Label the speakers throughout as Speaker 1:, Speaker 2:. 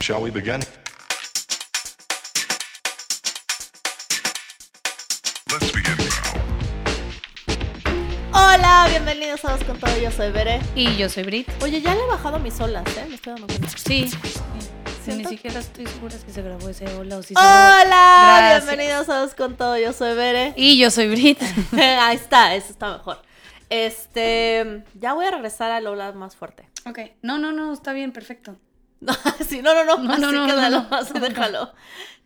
Speaker 1: Shall we begin? Let's begin.
Speaker 2: Hola, bienvenidos a Dos con Todo, yo soy Bere.
Speaker 3: Y yo soy Brit.
Speaker 2: Oye, ya le he bajado mis olas, ¿eh? Me estoy dando cuenta.
Speaker 3: Sí. Si ni
Speaker 2: ¿Siento?
Speaker 3: siquiera estoy segura si se grabó ese hola o si se grabó.
Speaker 2: Hola,
Speaker 3: Gracias.
Speaker 2: bienvenidos a Dos con Todo, yo soy Bere.
Speaker 3: Y yo soy Brit.
Speaker 2: Ahí está, eso está mejor. Este, ya voy a regresar al ola más fuerte.
Speaker 3: ok. No, no, no, está bien, perfecto.
Speaker 2: No, sí, no, no, no,
Speaker 3: No,
Speaker 2: así
Speaker 3: no, no,
Speaker 2: quédalo,
Speaker 3: no, no,
Speaker 2: así
Speaker 3: no, no.
Speaker 2: déjalo.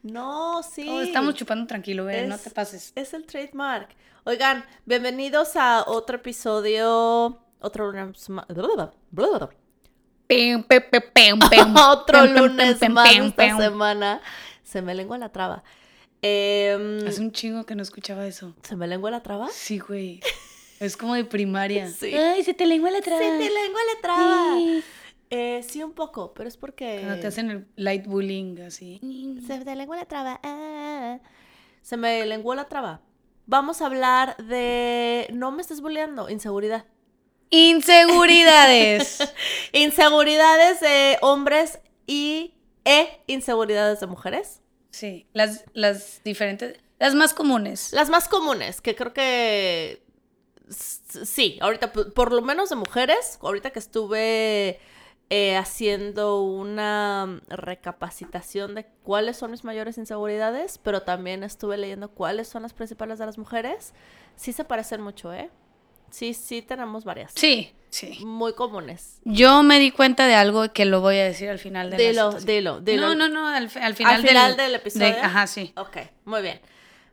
Speaker 2: No, sí.
Speaker 3: Oh, estamos chupando tranquilo, Bere, no
Speaker 2: Es-
Speaker 3: te pases.
Speaker 2: Es el trademark. Oigan, bienvenidos a otro episodio, otro lunes ma-
Speaker 3: Pim, pe, pe, pim, pim.
Speaker 2: otro
Speaker 3: Pim, pim,
Speaker 2: lunes
Speaker 3: pim,
Speaker 2: más
Speaker 3: pim,
Speaker 2: esta
Speaker 3: pim.
Speaker 2: semana. Se me lengua la traba. Em,
Speaker 3: Hace un chingo que no escuchaba eso.
Speaker 2: ¿Se me lengua la traba?
Speaker 3: Sí, güey. Es como de primaria.
Speaker 2: Sí.
Speaker 3: Ay, se te lengua la traba.
Speaker 2: Se te lengua la traba. Sí. Eh,
Speaker 3: Sí.
Speaker 2: sí, un poco, pero es porque...
Speaker 3: Cuando te hacen el light bullying, así.
Speaker 2: Se me lengua la traba. ah. Se me lenguó la traba. Vamos a hablar de... No me estés boleando, inseguridad.
Speaker 3: Inseguridades.
Speaker 2: Inseguridades de hombres y... E inseguridades de mujeres.
Speaker 3: sí. Las, las diferentes. Las más comunes.
Speaker 2: Las más comunes, que creo que s- sí, ahorita, p- por lo menos de mujeres, ahorita que estuve eh, haciendo una recapacitación de cuáles son mis mayores inseguridades, pero también estuve leyendo cuáles son las principales de las mujeres, sí se parecen mucho, ¿eh? Sí, sí tenemos varias.
Speaker 3: Sí, sí.
Speaker 2: Muy comunes.
Speaker 3: Yo me di cuenta de algo que lo voy a decir al final de la
Speaker 2: Dilo,
Speaker 3: situación.
Speaker 2: dilo, dilo.
Speaker 3: No, no, no, al, fi- al final,
Speaker 2: final del episodio?
Speaker 3: ajá, sí.
Speaker 2: Ok, muy bien.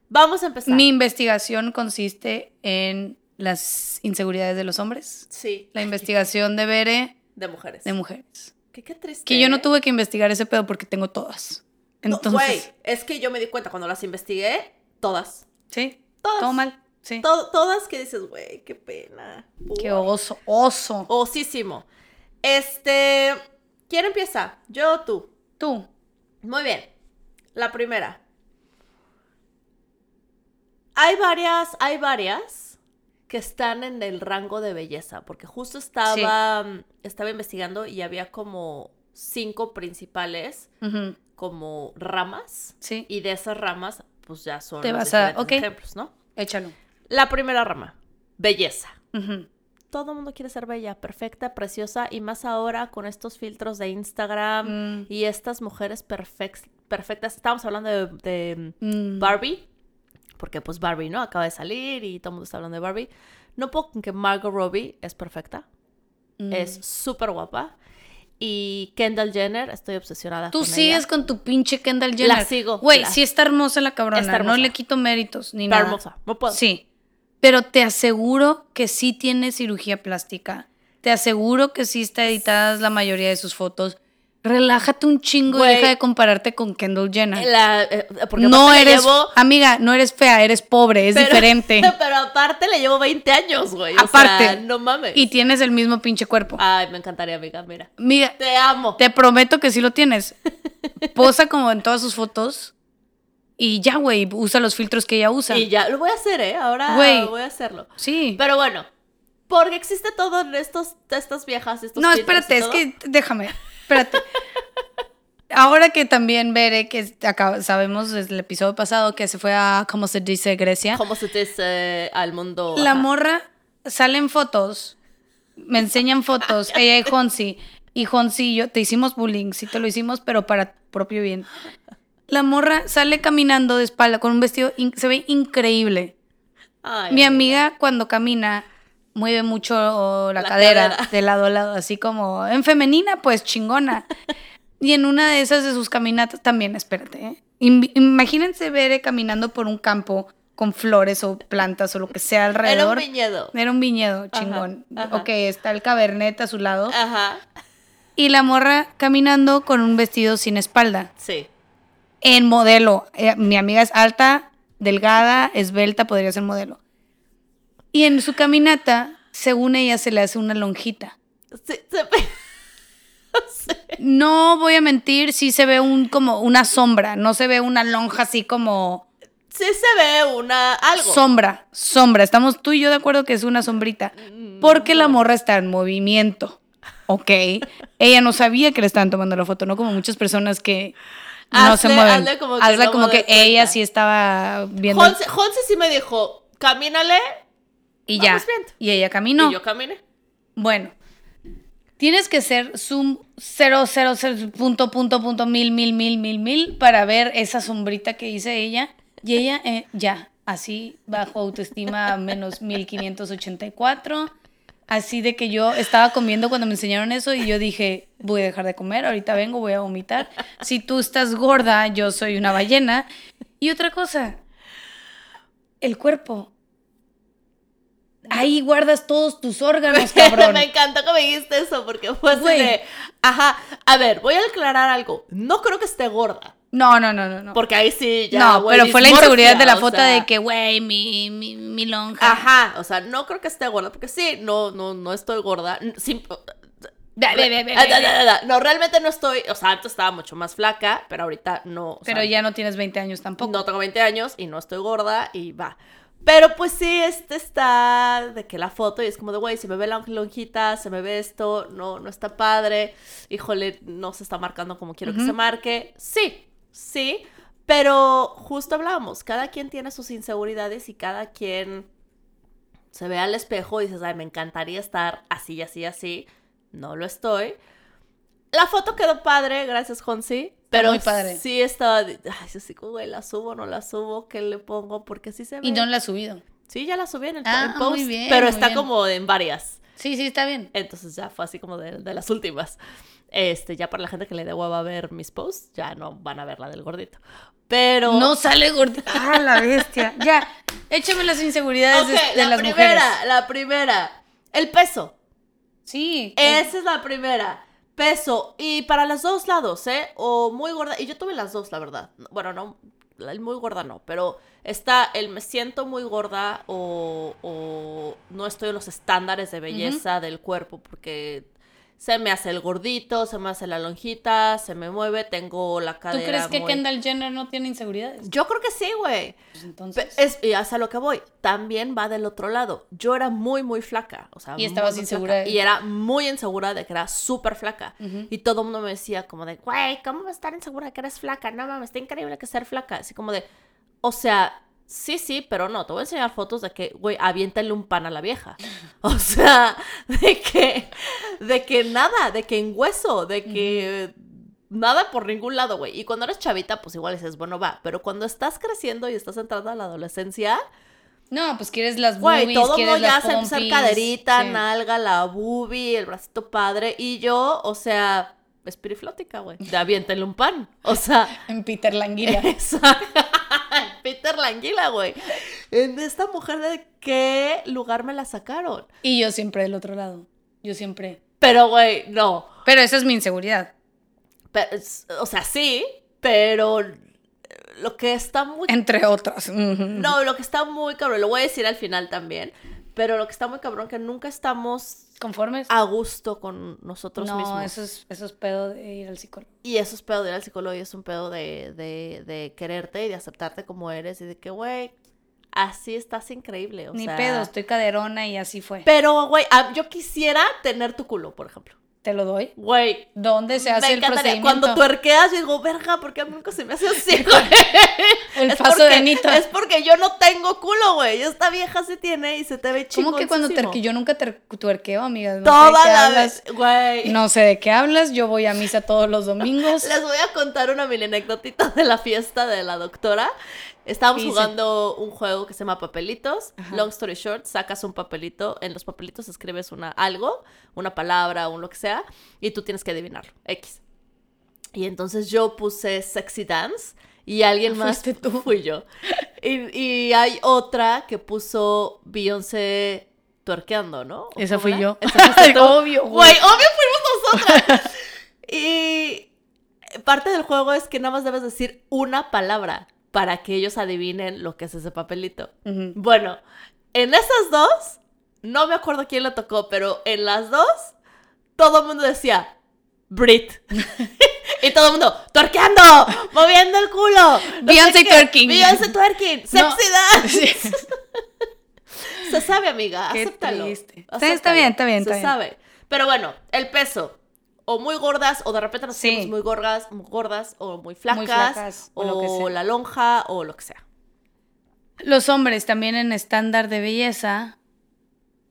Speaker 2: Vamos a empezar.
Speaker 3: Mi investigación consiste en las inseguridades de los hombres.
Speaker 2: Sí,
Speaker 3: La investigación de Bere
Speaker 2: de mujeres.
Speaker 3: de mujeres.
Speaker 2: Qué, qué triste.
Speaker 3: Que yo no
Speaker 2: ¿eh?
Speaker 3: tuve que investigar ese pedo porque tengo todas.
Speaker 2: No, Güey,
Speaker 3: Entonces,
Speaker 2: es que yo me di cuenta cuando las investigué, todas.
Speaker 3: sí,
Speaker 2: Todas.
Speaker 3: todo mal. Sí.
Speaker 2: To- todas que dices, güey, qué pena.
Speaker 3: Qué
Speaker 2: Uy,
Speaker 3: oso, oso.
Speaker 2: Oh. Osísimo. Este. ¿Quién empieza? Yo o tú.
Speaker 3: Tú.
Speaker 2: Muy bien. La primera. Hay varias, hay varias que están en el rango de belleza, porque justo estaba, mm, estaba investigando y había como cinco principales,
Speaker 3: Ujú,
Speaker 2: como ramas,
Speaker 3: Sí,
Speaker 2: y de esas ramas, pues ya son
Speaker 3: Te
Speaker 2: los
Speaker 3: vas a-
Speaker 2: diferentes
Speaker 3: ok.
Speaker 2: ejemplos, ¿no?
Speaker 3: échalo.
Speaker 2: La primera rama, belleza.
Speaker 3: Ujú,
Speaker 2: Todo el mundo quiere ser bella, perfecta, preciosa y más ahora con estos filtros de Instagram
Speaker 3: mm,
Speaker 2: y estas mujeres perfec- perfectas. Estábamos hablando de, de
Speaker 3: mm,
Speaker 2: Barbie, porque pues Barbie, ¿no? Acaba de salir y todo el mundo está hablando de Barbie. No puedo con que Margot Robbie es perfecta,
Speaker 3: mm.
Speaker 2: es súper guapa. Y Kendall Jenner, estoy obsesionada
Speaker 3: Tú
Speaker 2: con
Speaker 3: sigues
Speaker 2: ella.
Speaker 3: con tu pinche Kendall Jenner.
Speaker 2: La sigo,
Speaker 3: Güey,
Speaker 2: la-
Speaker 3: sí está hermosa la cabrona.
Speaker 2: Está hermosa.
Speaker 3: No le quito méritos ni
Speaker 2: Está
Speaker 3: nada.
Speaker 2: hermosa, no puedo.
Speaker 3: Sí. Pero te aseguro que sí tiene cirugía plástica. Te aseguro que sí está editadas la mayoría de sus fotos. Relájate un chingo
Speaker 2: Güey.
Speaker 3: y deja de compararte con Kendall Jenner.
Speaker 2: La- eh, porque
Speaker 3: no
Speaker 2: aparte le
Speaker 3: eres.
Speaker 2: llevo-
Speaker 3: Amiga, no eres fea, eres pobre, es
Speaker 2: Pero-
Speaker 3: diferente.
Speaker 2: Pero aparte le llevo 20 años, güey. Aparte.
Speaker 3: Aparte.
Speaker 2: no mames. Ah.
Speaker 3: Y tienes el mismo pinche cuerpo.
Speaker 2: Ay, me encantaría, amiga, mira.
Speaker 3: Amiga,
Speaker 2: Te amo.
Speaker 3: Te prometo que sí lo tienes. Posa como en todas sus fotos y ya, güey, usa los filtros que ella usa.
Speaker 2: y ya, lo voy a hacer, ¿eh? Ahora
Speaker 3: Güey.
Speaker 2: voy a hacerlo.
Speaker 3: Sí.
Speaker 2: Pero bueno, porque existe todo en estos, estas viejas, estos
Speaker 3: no,
Speaker 2: filtros y
Speaker 3: espérate, es
Speaker 2: todo.
Speaker 3: que déjame. Espérate. Ahora que también veré que acá sabemos desde el episodio pasado que se fue a, ¿cómo se dice? Grecia.
Speaker 2: ¿Cómo se te dice al mundo?
Speaker 3: La
Speaker 2: Ajá.
Speaker 3: morra salen fotos, me enseñan fotos, ella y Honsi. Y Honsi y yo te hicimos bullying, sí te lo hicimos, pero para tu propio bien. La morra sale caminando de espalda con un vestido, in- se ve increíble.
Speaker 2: Ay,
Speaker 3: Mi
Speaker 2: amiga.
Speaker 3: amiga cuando camina mueve mucho la,
Speaker 2: La
Speaker 3: cadera,
Speaker 2: cadera.
Speaker 3: de lado a lado, así como en femenina, pues chingona. y en una de esas de sus caminatas también, espérate. ¿eh? Im- Imagínense Bere caminando por un campo con flores o plantas o lo que sea
Speaker 2: Era un
Speaker 3: alrededor.
Speaker 2: viñedo.
Speaker 3: Era un viñedo, chingón.
Speaker 2: ajá. Ah.
Speaker 3: Ok, está el cabernet a su lado.
Speaker 2: Ajá.
Speaker 3: Y la morra caminando con un vestido sin espalda.
Speaker 2: Sí.
Speaker 3: En modelo. Eh, mi amiga es alta, delgada, esbelta, podría ser modelo. Y en su caminata, según ella, se le hace una lonjita.
Speaker 2: Sí, se-
Speaker 3: No voy a mentir, sí se ve un como una sombra, no se ve una lonja así como
Speaker 2: sí se ve una. Algo.
Speaker 3: sombra, sombra. Estamos tú y yo de acuerdo que es una sombrita. Porque la morra está en movimiento. ok. Ella no sabía que le estaban tomando la foto, ¿no? Como muchas personas que no se
Speaker 2: Hazle-
Speaker 3: mueven.
Speaker 2: hazle como que
Speaker 3: Hazla
Speaker 2: no
Speaker 3: como
Speaker 2: me
Speaker 3: que
Speaker 2: doy
Speaker 3: ella
Speaker 2: cuenta.
Speaker 3: sí estaba viendo
Speaker 2: Jonse Jonse sí me dijo, camínale.
Speaker 3: y ya.
Speaker 2: vamos viendo.
Speaker 3: Y ella caminó.
Speaker 2: Y yo caminé.
Speaker 3: Bueno, tienes que ser zoom 000 punto punto punto mil mil mil mil mil para ver esa sombrita que hice ella y ella eh, ya así bajo autoestima menos 1584 así de que yo estaba comiendo cuando me enseñaron eso y yo dije voy a dejar de comer ahorita vengo voy a vomitar si tú estás gorda yo soy una ballena y otra cosa el cuerpo Ahí guardas todos tus órganos, cabrón.
Speaker 2: me encantó que me dijiste eso porque fue así
Speaker 3: Güey.
Speaker 2: de, ajá, a ver, voy a aclarar algo. No creo que esté gorda,
Speaker 3: No, no, no, no. no.
Speaker 2: porque ahí sí ya
Speaker 3: no,
Speaker 2: güey,
Speaker 3: pero fue la
Speaker 2: dismorfia,
Speaker 3: inseguridad de la
Speaker 2: o
Speaker 3: foto
Speaker 2: sea,
Speaker 3: de que, güey, mi, mi, mi lonja.
Speaker 2: Ajá, o sea, no creo que esté gorda, porque sí, no, no, no estoy gorda. N- sim-
Speaker 3: Da, da, da,
Speaker 2: ah,
Speaker 3: da, da, da.
Speaker 2: No, realmente no estoy, o sea, antes estaba mucho más flaca, pero ahorita no. o sea,
Speaker 3: Pero ya no tienes 20 años tampoco.
Speaker 2: No tengo 20 años y no estoy gorda y va. Pero pues sí, este está de que la foto y es como de, güey, se me ve la lonjita, se me ve esto, no, no está padre, híjole, no se está marcando como quiero que
Speaker 3: Ujú.
Speaker 2: se marque. Sí, sí, pero justo hablábamos, cada quien tiene sus inseguridades y cada quien se ve al espejo y dices, ay, me encantaría estar así, así, así. No lo estoy. La foto quedó padre, gracias, Jonsi. Pero
Speaker 3: muy padre.
Speaker 2: sí estaba, de- ay, sí, sí, como, güey, la subo, no la subo, ¿qué le pongo? Porque sí se ve.
Speaker 3: Y no la has subido.
Speaker 2: Sí, ya la subí en el,
Speaker 3: Ah,
Speaker 2: en post,
Speaker 3: muy bien,
Speaker 2: pero
Speaker 3: muy
Speaker 2: está
Speaker 3: bien.
Speaker 2: como en varias.
Speaker 3: Sí, sí, está bien.
Speaker 2: Entonces ya fue así como de, de las últimas. Este, ya para la gente que le dé hueva a ver mis posts, ya no van a ver la del gordito. Pero
Speaker 3: No sale gordita. Ah, la bestia. ya, échame las inseguridades de-
Speaker 2: Ok,
Speaker 3: de,
Speaker 2: la
Speaker 3: las
Speaker 2: primera,
Speaker 3: mujeres.
Speaker 2: la primera. El peso.
Speaker 3: Sí.
Speaker 2: Esa es la primera. Peso. Y para los dos lados, ¿eh? O muy gorda. Y yo tuve las dos, la verdad. Bueno, no. la- El muy gorda no. Pero está el me siento muy gorda o, o no estoy en los estándares de belleza del cuerpo porque se me hace el gordito, se me hace la lonjita, se me mueve, tengo la
Speaker 3: ¿Tú
Speaker 2: cadera.
Speaker 3: crees que
Speaker 2: muy-
Speaker 3: Kendall Jenner no tiene inseguridades?
Speaker 2: Yo creo que sí, güey.
Speaker 3: Pues entonces.
Speaker 2: Es, y hasta lo que voy, también va del otro lado. Yo era muy, muy flaca. O sea,
Speaker 3: Y estabas
Speaker 2: muy, muy
Speaker 3: insegura
Speaker 2: flaca.
Speaker 3: de-
Speaker 2: Y era muy insegura de que era súper flaca.
Speaker 3: Ujú.
Speaker 2: Y todo el mundo me decía como de, güey, ¿cómo vas a estar insegura de que eres flaca? No mames, está increíble que ser flaca. Así como de, o sea, sí, sí, pero no. Te voy a enseñar fotos de que, güey, aviéntale un pan a la vieja. O sea, de que, de que nada, de que en hueso, de que... Nada por ningún lado, güey. Y cuando eres chavita, pues igual dices, bueno, va. Pero cuando estás creciendo y estás entrando a la adolescencia,
Speaker 3: No, pues quieres las boobies,
Speaker 2: Güey, todo mundo
Speaker 3: quieres las
Speaker 2: ya se empieza a hacer
Speaker 3: pompis.
Speaker 2: caderita,
Speaker 3: Sí.
Speaker 2: nalga, la boobie, el bracito padre. Y yo, o sea, espiriflótica, güey. De aviéntale un pan. O sea,
Speaker 3: En Peter Languila.
Speaker 2: esa- Peter Languila, güey. En esta mujer, ¿de qué lugar me la sacaron?
Speaker 3: y yo siempre del otro lado. Yo siempre.
Speaker 2: Pero, güey, no.
Speaker 3: Pero esa es mi inseguridad.
Speaker 2: Pero, es- o sea, sí, pero lo que está muy
Speaker 3: Entre otras. Ujú.
Speaker 2: No, lo que está muy cabrón, lo voy a decir al final también, pero lo que está muy cabrón que nunca estamos
Speaker 3: ¿Conformes?
Speaker 2: a gusto con nosotros
Speaker 3: Ah, no,
Speaker 2: mismos.
Speaker 3: eso es, eso es pedo de ir al psicólogo.
Speaker 2: Y eso es pedo de ir al psicólogo y es un pedo de, de, de quererte y de aceptarte como eres y de que, güey, así estás increíble. O
Speaker 3: Ni
Speaker 2: sea,
Speaker 3: pedo, estoy caderona y así fue.
Speaker 2: Pero, güey, ah, yo quisiera tener tu culo, por ejemplo.
Speaker 3: Te lo doy.
Speaker 2: Güey,
Speaker 3: ¿Dónde se
Speaker 2: me
Speaker 3: hace el
Speaker 2: encantaría.
Speaker 3: procedimiento?
Speaker 2: Cuando tuerqueas, yo digo, verga, ¿por qué a mí nunca se me hace así, güey?
Speaker 3: el
Speaker 2: er- Es
Speaker 3: paso
Speaker 2: porque-
Speaker 3: de Nito.
Speaker 2: Es porque yo no tengo culo, güey. Esta vieja se tiene y se te ve chingón.
Speaker 3: ¿Cómo que cuando terqueo? Yo nunca ter- tuerqueo, amigas. No
Speaker 2: Toda
Speaker 3: sé de qué
Speaker 2: la
Speaker 3: hablas.
Speaker 2: vez, güey.
Speaker 3: No sé de qué hablas. Yo voy a misa todos los domingos.
Speaker 2: Les voy a contar una mini anecdotita de la fiesta de la doctora. Estábamos
Speaker 3: ¿Qué hice?
Speaker 2: jugando un juego que se llama papelitos.
Speaker 3: Ajá.
Speaker 2: Long story short, sacas un papelito, en los papelitos escribes una algo, una palabra, un lo que sea, y tú tienes que adivinarlo. X. Y entonces yo puse sexy dance y alguien más
Speaker 3: Fuiste tú.
Speaker 2: fui yo. Y, y hay otra que puso Beyoncé tuerqueando, ¿no? ¿O
Speaker 3: Esa
Speaker 2: cómo
Speaker 3: fui
Speaker 2: era?
Speaker 3: yo.
Speaker 2: Esa fuiste tú.
Speaker 3: Obvio,
Speaker 2: Güey,
Speaker 3: güey.
Speaker 2: obvio fuimos nosotras. y parte del juego es que nada más debes decir una palabra para que ellos adivinen lo que es ese papelito.
Speaker 3: Ujú.
Speaker 2: Bueno, en esas dos, no me acuerdo quién la tocó, pero en las dos, todo el mundo decía, Brit. y todo el mundo, torqueando, moviendo el culo.
Speaker 3: Beyoncé
Speaker 2: qué,
Speaker 3: twerking.
Speaker 2: Beyoncé twerking, sexy dance".
Speaker 3: Sí.
Speaker 2: Se sabe, amiga,
Speaker 3: Qué
Speaker 2: acéptalo.
Speaker 3: triste.
Speaker 2: acéptalo.
Speaker 3: Está bien, está bien, está
Speaker 2: Se
Speaker 3: bien.
Speaker 2: sabe. Pero bueno, el peso. O muy gordas, o de repente nos
Speaker 3: Sí.
Speaker 2: hacemos muy gordas, muy gordas, o muy flacas,
Speaker 3: flacas,
Speaker 2: o,
Speaker 3: o lo que sea.
Speaker 2: la lonja, o lo que sea.
Speaker 3: Los hombres también en estándar de belleza,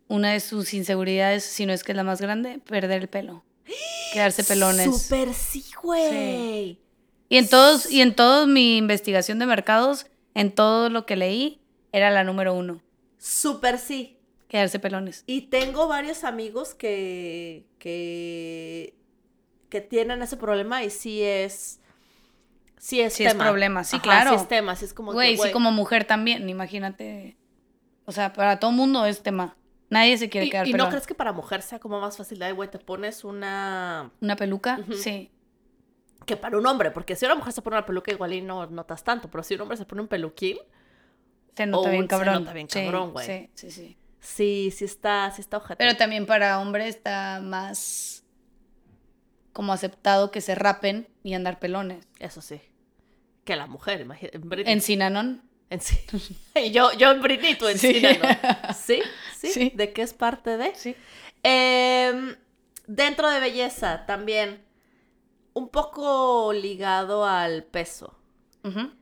Speaker 3: una de sus inseguridades, si no es que es la más grande, perder el pelo. Quedarse pelones.
Speaker 2: Super sí, güey.
Speaker 3: Y en todos, y en toda mi investigación de mercados, en todo lo que leí, era la número uno.
Speaker 2: Super sí.
Speaker 3: Quedarse pelones.
Speaker 2: Y tengo varios amigos que, que, que tienen ese problema y sí es, sí es
Speaker 3: Sí es
Speaker 2: tema.
Speaker 3: problema, sí,
Speaker 2: Ajá,
Speaker 3: claro.
Speaker 2: Sí es tema, sí es como que,
Speaker 3: Güey, sí, como mujer también, imagínate. O sea, para todo mundo es tema. Nadie se quiere
Speaker 2: Y,
Speaker 3: quedar
Speaker 2: y
Speaker 3: pelón.
Speaker 2: no crees que para mujer sea como más fácil, ay, güey, te pones una...
Speaker 3: ¿Una peluca?
Speaker 2: Ujú.
Speaker 3: Sí.
Speaker 2: Que para un hombre, porque si una mujer se pone una peluca igual y no notas tanto, pero si un hombre se pone un peluquín,
Speaker 3: Se nota
Speaker 2: Oh,
Speaker 3: bien
Speaker 2: se
Speaker 3: cabrón.
Speaker 2: nota bien cabrón,
Speaker 3: Sí,
Speaker 2: güey.
Speaker 3: Sí, sí, sí.
Speaker 2: sí, sí está, sí está ojete.
Speaker 3: Pero también para hombre está más como aceptado que se rapen y andar pelones.
Speaker 2: Eso sí. Que la mujer, imagínate. Britney.
Speaker 3: En Sinanón,
Speaker 2: En sí. Y yo, yo en Britney, tú en
Speaker 3: Sí.
Speaker 2: Sina, ¿no? ¿Sí? sí,
Speaker 3: Sí.
Speaker 2: ¿De qué es parte de?
Speaker 3: sí.
Speaker 2: Em, dentro de belleza, también. Un poco ligado al peso.
Speaker 3: Ujú.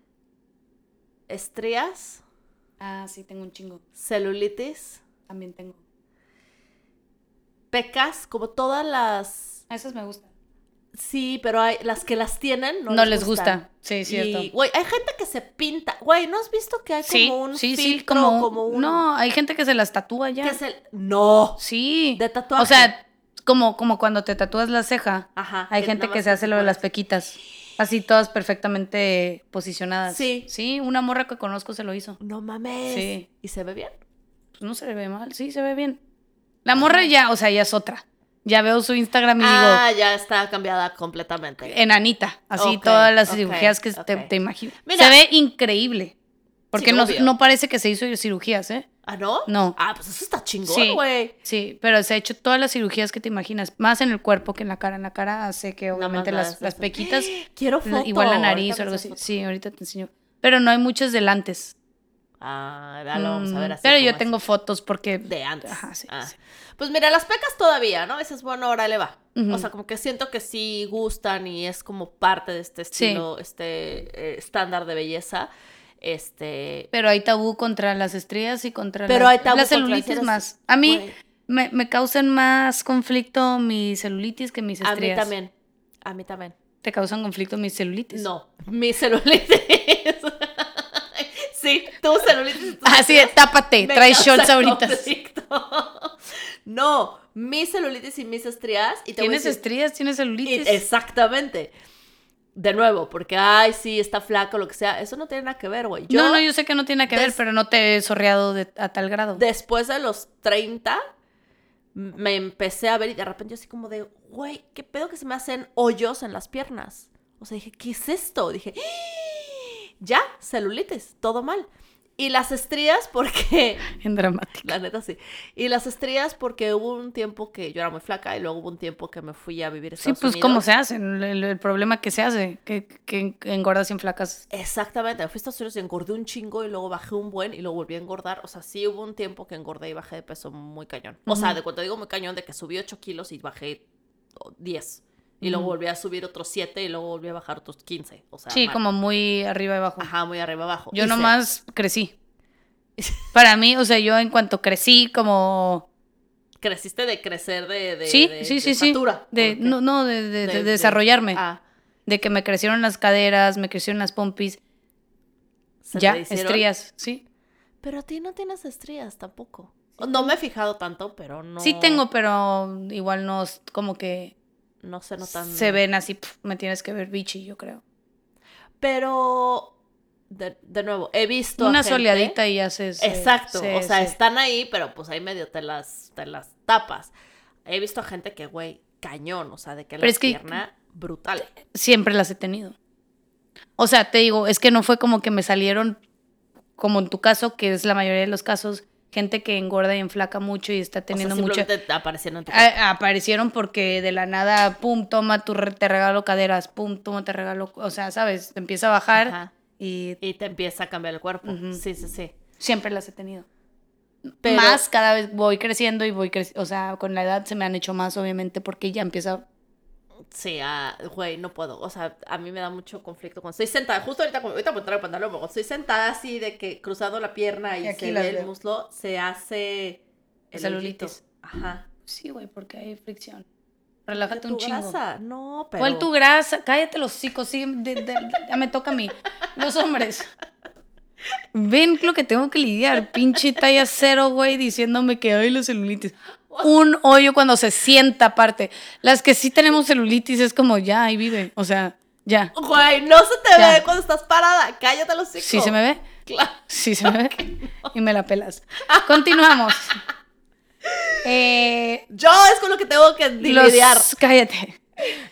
Speaker 2: Estrías,
Speaker 3: Ah, sí, tengo un chingo.
Speaker 2: celulitis,
Speaker 3: También tengo.
Speaker 2: pecas, como todas las...
Speaker 3: A Esas me gustan.
Speaker 2: Sí, pero hay las que las tienen no,
Speaker 3: No, les gusta. Sí, cierto.
Speaker 2: Y, güey, hay gente que se pinta. Güey, ¿no has visto que hay como
Speaker 3: sí,
Speaker 2: un
Speaker 3: sí, sí,
Speaker 2: filtro,
Speaker 3: como,
Speaker 2: como, un...
Speaker 3: No, hay gente que se las tatúa ya.
Speaker 2: que es el... No.
Speaker 3: Sí.
Speaker 2: De tatuaje.
Speaker 3: O sea, como, como cuando te tatúas la ceja.
Speaker 2: Ajá.
Speaker 3: Hay
Speaker 2: que
Speaker 3: gente
Speaker 2: nada
Speaker 3: que
Speaker 2: más
Speaker 3: se hace lo de
Speaker 2: pones.
Speaker 3: las pequitas. Así todas perfectamente posicionadas.
Speaker 2: Sí.
Speaker 3: Sí, una morra que conozco se lo hizo.
Speaker 2: No mames.
Speaker 3: Sí.
Speaker 2: ¿Y se ve bien?
Speaker 3: Pues no se ve mal, sí, se ve bien. La morra ya, o sea, ya es otra. Ya veo su Instagram y
Speaker 2: Ah, ya está cambiada completamente.
Speaker 3: digo, enanita. Así
Speaker 2: Ok,
Speaker 3: todas las
Speaker 2: ok,
Speaker 3: cirugías que te,
Speaker 2: ok.
Speaker 3: te imaginas.
Speaker 2: Mira.
Speaker 3: Se ve increíble. Porque
Speaker 2: Sí,
Speaker 3: no,
Speaker 2: obvio.
Speaker 3: no parece que se hizo cirugías, ¿eh?
Speaker 2: ¿Ah, no?
Speaker 3: No.
Speaker 2: Ah, pues eso está
Speaker 3: Sí.
Speaker 2: chingón, güey.
Speaker 3: Sí, pero se ha hecho todas las cirugías que te imaginas, más en el cuerpo que en la cara. En la cara hace que
Speaker 2: Nada más
Speaker 3: obviamente las,
Speaker 2: las-
Speaker 3: las pequitas,
Speaker 2: Quiero foto.
Speaker 3: igual la
Speaker 2: ahorita
Speaker 3: nariz
Speaker 2: me
Speaker 3: o algo
Speaker 2: haces
Speaker 3: así.
Speaker 2: foto.
Speaker 3: Sí, ahorita te enseño. Pero no hay muchas del antes.
Speaker 2: Ah, ya lo vamos a ver
Speaker 3: Mm,
Speaker 2: así.
Speaker 3: pero yo
Speaker 2: como
Speaker 3: tengo fotos porque...
Speaker 2: así, De antes.
Speaker 3: Ajá, sí,
Speaker 2: Ah.
Speaker 3: sí.
Speaker 2: Pues mira, las pecas todavía, ¿no? Ese es bueno, ahora le va.
Speaker 3: Ujú.
Speaker 2: O sea, como que siento que sí gustan y es como parte de este
Speaker 3: Sí.
Speaker 2: estilo, este eh, estándar de belleza. Este.
Speaker 3: Pero hay tabú contra las estrías y contra
Speaker 2: Pero
Speaker 3: las,
Speaker 2: hay tabú
Speaker 3: las
Speaker 2: contra
Speaker 3: celulitis
Speaker 2: hacer eso.
Speaker 3: más. A mí
Speaker 2: Güey,
Speaker 3: me, me causan más conflicto mis celulitis que mis
Speaker 2: a
Speaker 3: estrías.
Speaker 2: mí también. A mí también.
Speaker 3: ¿Te causan conflicto mis celulitis?
Speaker 2: No, mi celulitis. sí, tu celulitis. tu
Speaker 3: Así de, tápate,
Speaker 2: me
Speaker 3: trae
Speaker 2: causa
Speaker 3: shorts ahorita.
Speaker 2: conflicto. No, mi celulitis y mis estrías. Y te voy a
Speaker 3: ¿Tienes
Speaker 2: decir-
Speaker 3: estrías? ¿Tienes
Speaker 2: y-
Speaker 3: celulitis?
Speaker 2: Exactamente. De nuevo, porque, ay, sí, está flaco, lo que sea. Eso no tiene nada que ver, güey. Yo,
Speaker 3: no, no, yo sé que no tiene nada que ver,
Speaker 2: des-
Speaker 3: pero no te he sorreado de, a tal grado.
Speaker 2: después de los 30, me empecé a ver y de repente yo así como de, güey, qué pedo que se me hacen hoyos en las piernas. O sea, dije, ¿qué es esto? Dije, "¡Ah! ya, celulitis, todo mal. Y las estrías porque,
Speaker 3: En dramático.
Speaker 2: la neta sí, y las estrías porque hubo un tiempo que yo era muy flaca y luego hubo un tiempo que me fui a vivir a
Speaker 3: Sí,
Speaker 2: Estados
Speaker 3: pues
Speaker 2: Unidos.
Speaker 3: cómo se hacen, el, el problema que se hace, que, que engordas y enflacas.
Speaker 2: Exactamente, me fui a Estados Unidos y engordé un chingo y luego bajé un buen y luego volví a engordar. O sea, sí hubo un tiempo que engordé y bajé de peso muy cañón. O sea,
Speaker 3: Ujú.
Speaker 2: de cuando digo muy cañón, de que subí 8 kilos y bajé oh, 10. Y luego
Speaker 3: Ujú.
Speaker 2: volví a subir otros 7 y luego volví a bajar otros 15. O sea,
Speaker 3: Sí,
Speaker 2: Ah, mal.
Speaker 3: como muy arriba y abajo.
Speaker 2: Ajá, muy arriba abajo.
Speaker 3: Yo
Speaker 2: Y se-
Speaker 3: nomás crecí. Para mí, o sea, yo en cuanto crecí, como...
Speaker 2: Creciste de crecer de. de
Speaker 3: sí,
Speaker 2: de-
Speaker 3: sí,
Speaker 2: de
Speaker 3: sí, sí.
Speaker 2: estatura,
Speaker 3: De,
Speaker 2: porque-
Speaker 3: no, no, de, de- de
Speaker 2: de- de-
Speaker 3: desarrollarme.
Speaker 2: Ah,
Speaker 3: De que me crecieron las caderas, me crecieron las pompis.
Speaker 2: ¿se te
Speaker 3: ya,
Speaker 2: hicieron?
Speaker 3: estrías, sí.
Speaker 2: Pero a ti no tienes estrías tampoco. No me he fijado tanto, pero no.
Speaker 3: Sí tengo, pero igual no, es como que
Speaker 2: No se notan.
Speaker 3: se ven así, pf, me tienes que ver bichi, yo creo.
Speaker 2: Pero, de, de nuevo, he visto. a
Speaker 3: Una
Speaker 2: gente-
Speaker 3: soleadita y eh, ya se... se-
Speaker 2: Exacto.
Speaker 3: se-
Speaker 2: o sea,
Speaker 3: se-
Speaker 2: están ahí, pero pues ahí medio te las, te las tapas. He visto a gente que, güey, cañón. O sea, de que la
Speaker 3: Pero es que-
Speaker 2: pierna brutal.
Speaker 3: siempre las he tenido. O sea, te digo, es que no fue como que me salieron, como en tu caso, que es la mayoría de los casos, gente que engorda y enflaca mucho y está teniendo
Speaker 2: o sea,
Speaker 3: mucho...
Speaker 2: simplemente te aparecieron en tu cuerpo.
Speaker 3: A- aparecieron porque de la nada, pum, toma, tu re- te regalo caderas, pum, toma, te regalo... O sea, ¿sabes? Te empieza a bajar
Speaker 2: Ajá.
Speaker 3: y
Speaker 2: Y te empieza a cambiar el cuerpo.
Speaker 3: Ujú.
Speaker 2: Sí, sí, sí.
Speaker 3: siempre las he tenido.
Speaker 2: Pero-
Speaker 3: Más cada vez voy creciendo y voy creciendo. O sea, con la edad se me han hecho más, obviamente, porque ya empieza.
Speaker 2: Sí, ah, güey, no puedo. O sea, a mí me da mucho conflicto cuando estoy sentada. Justo ahorita, como- ahorita voy a traer el pantalón, luego estoy sentada así de que cruzando la pierna y,
Speaker 3: Y aquí
Speaker 2: se
Speaker 3: las
Speaker 2: ve el
Speaker 3: veo.
Speaker 2: muslo, se hace el
Speaker 3: Celulitis.
Speaker 2: hoyito. Ajá.
Speaker 3: Sí, güey, porque hay fricción. Relájate un
Speaker 2: tu
Speaker 3: chingo.
Speaker 2: grasa. No, pero.
Speaker 3: ¿Cuál tu grasa? Cállate los hocicos, sí, de- de- ya me toca a mí. Los hombres. Ven lo que tengo que lidiar, pinche talla cero, güey, diciéndome que hay los celulitis. Un hoyo cuando se sienta aparte. Las que sí tenemos celulitis es como, ya, ahí vive. O sea, ya.
Speaker 2: Güey, no se te
Speaker 3: Ya.
Speaker 2: ve cuando estás parada. Cállate los hocico.
Speaker 3: ¿Sí se me ve?
Speaker 2: Claro.
Speaker 3: Sí se me ve. Y me la pelas. Continuamos. Eh,
Speaker 2: Yo es con lo que tengo que
Speaker 3: Los-
Speaker 2: lidiar.
Speaker 3: cállate.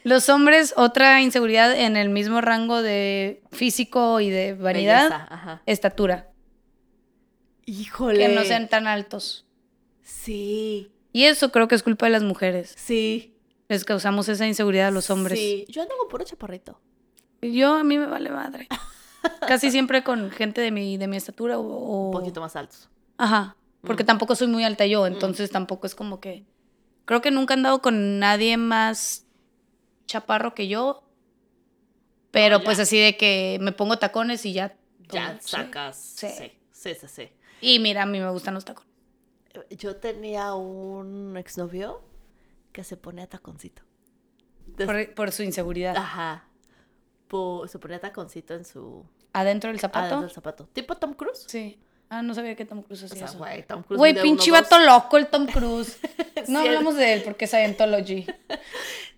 Speaker 3: Los hombres, otra inseguridad en el mismo rango de físico y de vanidad,
Speaker 2: Belleza, ajá.
Speaker 3: estatura.
Speaker 2: Híjole.
Speaker 3: Que no sean tan altos.
Speaker 2: Sí,
Speaker 3: Y eso creo que es culpa de las mujeres.
Speaker 2: sí.
Speaker 3: Les causamos esa inseguridad a los hombres.
Speaker 2: Sí. Yo ando con puro chaparrito.
Speaker 3: Yo a mí me vale madre. Casi siempre con gente de mi, de mi estatura o... o-
Speaker 2: Un poquito más altos.
Speaker 3: Ajá. Porque
Speaker 2: Mm.
Speaker 3: tampoco soy muy alta yo, entonces tampoco es como que... Creo que nunca he andado con nadie más chaparro que yo. Pero
Speaker 2: ya.
Speaker 3: pues así de que me pongo tacones y ya...
Speaker 2: Ya
Speaker 3: todo, sí.
Speaker 2: sacas.
Speaker 3: Sí.
Speaker 2: sí, sí, sí. sí.
Speaker 3: Y mira, a mí me gustan los tacones.
Speaker 2: Yo tenía un exnovio que se ponía taconcito. Des- Ah.
Speaker 3: Por, por su inseguridad.
Speaker 2: Ajá. Po- se ponía taconcito en su.
Speaker 3: ¿Adentro del zapato?
Speaker 2: adentro del zapato. ¿Tipo Tom Cruise?
Speaker 3: Sí. Ah, no sabía que Tom Cruise
Speaker 2: O
Speaker 3: hacía
Speaker 2: sea,
Speaker 3: eso.
Speaker 2: güey, Tom Cruise.
Speaker 3: Güey,
Speaker 2: mide
Speaker 3: pinche
Speaker 2: 1.2.
Speaker 3: vato loco el Tom Cruise. No
Speaker 2: Sí,
Speaker 3: hablamos de él porque es Scientology.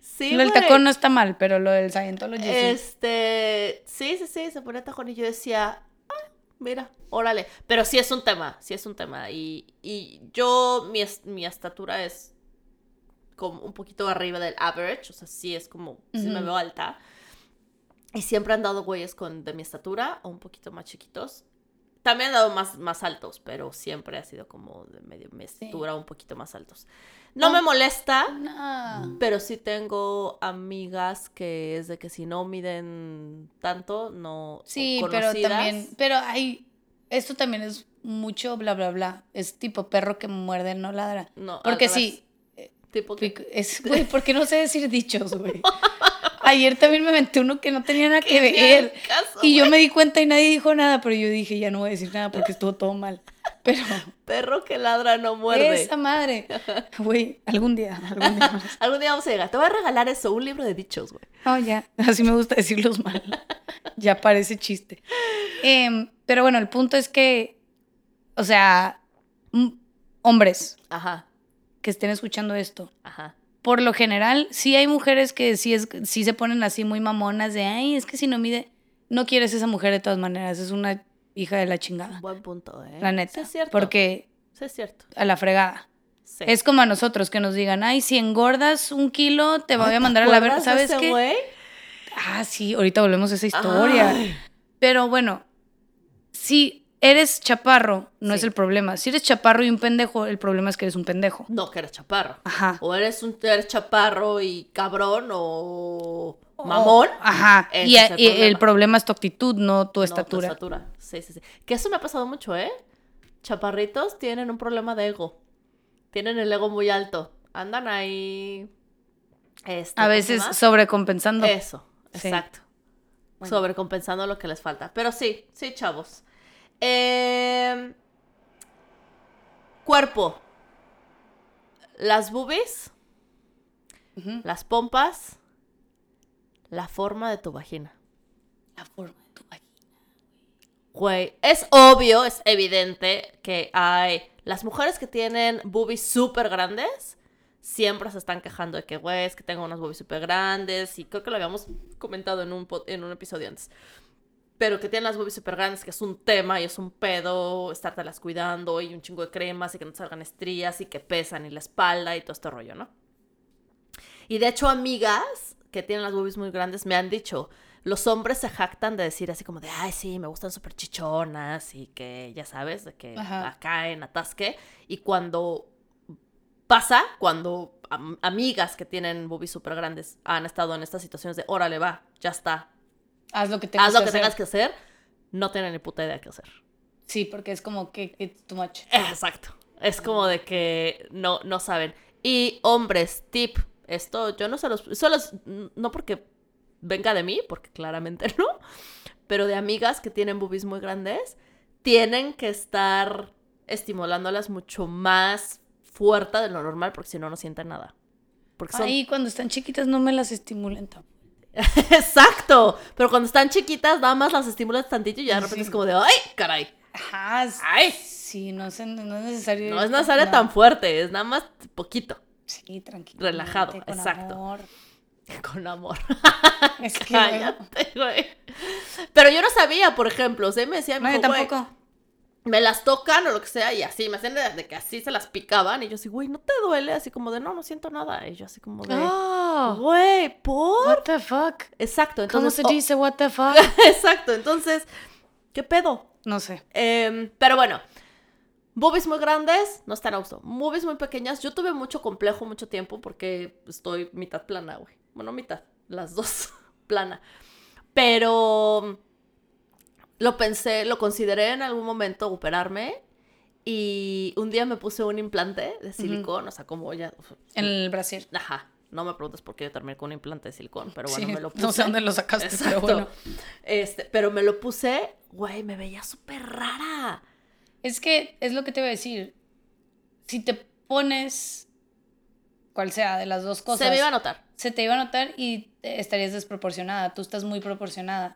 Speaker 2: Sí,
Speaker 3: lo del
Speaker 2: güey.
Speaker 3: tacón no está mal, pero lo del Scientology sí.
Speaker 2: Este, sí, sí, sí, se ponía tajón y yo decía, "Ah, mira, órale. Pero sí es un tema, sí es un tema. Y, y yo, mi, es- mi estatura es como un poquito arriba del average, o sea, sí es como, sí me
Speaker 3: Ujú.
Speaker 2: veo alta. Y siempre han dado güeyes con, de mi estatura o un poquito más chiquitos. También han dado más, más altos, pero siempre ha sido como de medio mi estatura un poquito más altos. No,
Speaker 3: No.
Speaker 2: me molesta.
Speaker 3: Ah, No.
Speaker 2: Pero sí tengo amigas que es de que si no miden tanto, no. o
Speaker 3: Sí, pero
Speaker 2: conocidas.
Speaker 3: también, pero hay, esto también es mucho bla bla bla. Es tipo perro que muerde no ladra.
Speaker 2: No, al
Speaker 3: Porque
Speaker 2: revés.
Speaker 3: sí,
Speaker 2: Tipo que-
Speaker 3: pic- es, güey, porque no sé decir dichos, güey. Ayer también me inventé uno que no tenía nada que ver.
Speaker 2: Ni al caso,
Speaker 3: Y yo
Speaker 2: güey.
Speaker 3: me di cuenta y nadie dijo nada, pero yo dije, ya no voy a decir nada porque estuvo todo mal. Pero
Speaker 2: Perro que ladra no muerde.
Speaker 3: esa madre, güey, algún día, algún día.
Speaker 2: Algún día vamos a llegar. Te voy a regalar eso, un libro de dichos, güey.
Speaker 3: Oh, ya, así me gusta decirlos mal. Ya parece chiste. Em, pero bueno, el punto es que, o sea, mm, hombres
Speaker 2: Ajá,
Speaker 3: que estén escuchando esto,
Speaker 2: ajá.
Speaker 3: por lo general, sí hay mujeres que sí, es, sí se ponen así muy mamonas de, ay, es que si no mide, no quieres esa mujer de todas maneras, es una hija de la chingada.
Speaker 2: Buen punto, ¿eh?
Speaker 3: La neta.
Speaker 2: Sí es cierto.
Speaker 3: Porque
Speaker 2: Sí es cierto.
Speaker 3: a la fregada.
Speaker 2: Sí.
Speaker 3: Es como a nosotros que nos digan, ay, si engordas un kilo, te voy a mandar a la verga.
Speaker 2: ¿Recuerdas de
Speaker 3: ¿Sabes
Speaker 2: ese
Speaker 3: qué?
Speaker 2: güey?
Speaker 3: Ah, sí, ahorita volvemos a esa historia.
Speaker 2: Ay,
Speaker 3: Pero bueno, si eres chaparro, no es
Speaker 2: Sí.
Speaker 3: el problema. Si eres chaparro y un pendejo, el problema es que eres un pendejo.
Speaker 2: No, que eres chaparro.
Speaker 3: Ajá.
Speaker 2: O eres un eres chaparro y cabrón o mamón.
Speaker 3: Ajá.
Speaker 2: Ese
Speaker 3: y
Speaker 2: es el
Speaker 3: y el
Speaker 2: problema.
Speaker 3: problema es tu actitud, no tu
Speaker 2: No,
Speaker 3: estatura.
Speaker 2: estatura. Sí, sí, sí. Que eso me ha pasado mucho, ¿eh? Chaparritos tienen un problema de ego. Tienen el ego muy alto. Andan ahí. este, ¿cómo se
Speaker 3: a veces
Speaker 2: llama?
Speaker 3: sobrecompensando.
Speaker 2: Eso,
Speaker 3: Sí.
Speaker 2: exacto.
Speaker 3: Bueno.
Speaker 2: Sobrecompensando lo que les falta. Pero sí, sí, chavos. Eh, Cuerpo. Las boobies,
Speaker 3: Ujú.
Speaker 2: las pompas, la forma de tu vagina.
Speaker 3: La forma de tu vagina.
Speaker 2: Güey, es obvio, es evidente que hay las mujeres que tienen boobies súper grandes. Siempre se están quejando de que, güey, es que tengo unos boobies súper grandes. Y creo que lo habíamos comentado en un, pod- en un episodio antes. Pero que tienen las boobies súper grandes, que es un tema y es un pedo estártelas cuidando y un chingo de cremas y que no te salgan estrías y que pesan y la espalda y todo este rollo, ¿no? Y de hecho, amigas que tienen las boobies muy grandes me han dicho, los hombres se jactan de decir así como de, ay, sí, me gustan súper chichonas y que, ya sabes, de que
Speaker 3: Ajá.
Speaker 2: acá en atasque. Y cuando pasa, cuando am- amigas que tienen boobies súper grandes han estado en estas situaciones de, órale, va, ya está,
Speaker 3: Haz lo que tengas
Speaker 2: haz lo que,
Speaker 3: que hacer.
Speaker 2: tengas que hacer, no tienen ni puta idea qué hacer.
Speaker 3: Sí, porque es como que it's too much.
Speaker 2: Exacto. Es como de que no, no saben. Y hombres, tip. Esto yo no se los. Solo no porque venga de mí, porque claramente no. Pero de amigas que tienen boobies muy grandes, tienen que estar estimulándolas mucho más fuerte de lo normal, porque si no, no sienten nada. Porque son...
Speaker 3: Ahí cuando están chiquitas no me las estimulan tampoco.
Speaker 2: Exacto. Pero cuando están chiquitas, nada más las estimulas tantito y ya de repente
Speaker 3: Sí.
Speaker 2: es como de, ¡ay, caray!
Speaker 3: Ajá. s-
Speaker 2: ¡Ay!
Speaker 3: Sí, no es, no es necesario.
Speaker 2: Ah. No es necesario tan fuerte, es nada más poquito.
Speaker 3: Sí, tranquilo.
Speaker 2: relajado, exacto.
Speaker 3: amor.
Speaker 2: Con amor.
Speaker 3: Es que. luego-
Speaker 2: Cállate, güey. Pero yo no sabía, por ejemplo. O sea, me decían,
Speaker 3: No, yo tampoco.
Speaker 2: me las tocan o lo que sea, y así, me hacían de, de que así se las picaban. Y yo así, güey, ¿no te duele? Así como de, no, no siento nada. Y yo así como de,
Speaker 3: Oh,
Speaker 2: güey, ¿por?
Speaker 3: what the fuck.
Speaker 2: Exacto,
Speaker 3: ¿Cómo
Speaker 2: entonces.
Speaker 3: se
Speaker 2: oh,
Speaker 3: dice what the fuck?
Speaker 2: exacto, entonces, ¿qué pedo?
Speaker 3: No sé.
Speaker 2: Em, pero bueno, boobies muy grandes no están a gusto. Boobies muy pequeñas, yo tuve mucho complejo mucho tiempo porque estoy mitad plana, güey. Bueno, mitad, las dos plana. Pero lo pensé, lo consideré en algún momento operarme y un día me puse un implante de silicón, o sea, como ya...
Speaker 3: En el Brasil.
Speaker 2: Ajá, no me preguntes por qué yo terminé con un implante de silicón, pero bueno,
Speaker 3: Sí,
Speaker 2: me lo puse.
Speaker 3: no sé dónde lo sacaste,
Speaker 2: Exacto.
Speaker 3: pero bueno.
Speaker 2: Este, pero me lo puse, güey, me veía súper rara.
Speaker 3: Es que es lo que te iba a decir. Si te pones, cual sea, de las dos cosas,
Speaker 2: Se me iba a notar.
Speaker 3: se te iba a notar y te- estarías desproporcionada. Tú estás muy proporcionada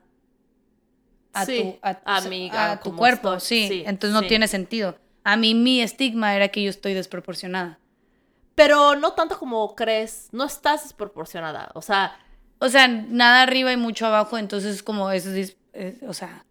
Speaker 3: a
Speaker 2: Sí,
Speaker 3: tu, a,
Speaker 2: a mi-
Speaker 3: a
Speaker 2: a
Speaker 3: tu
Speaker 2: cómo
Speaker 3: cuerpo.
Speaker 2: estoy,
Speaker 3: Sí,
Speaker 2: sí,
Speaker 3: entonces no
Speaker 2: sí.
Speaker 3: tiene sentido. A mí mi estigma era que yo estoy desproporcionada.
Speaker 2: Pero no tanto como crees, no estás desproporcionada. O sea,
Speaker 3: O sea, nada arriba y mucho abajo, entonces como eso es, es- o sea,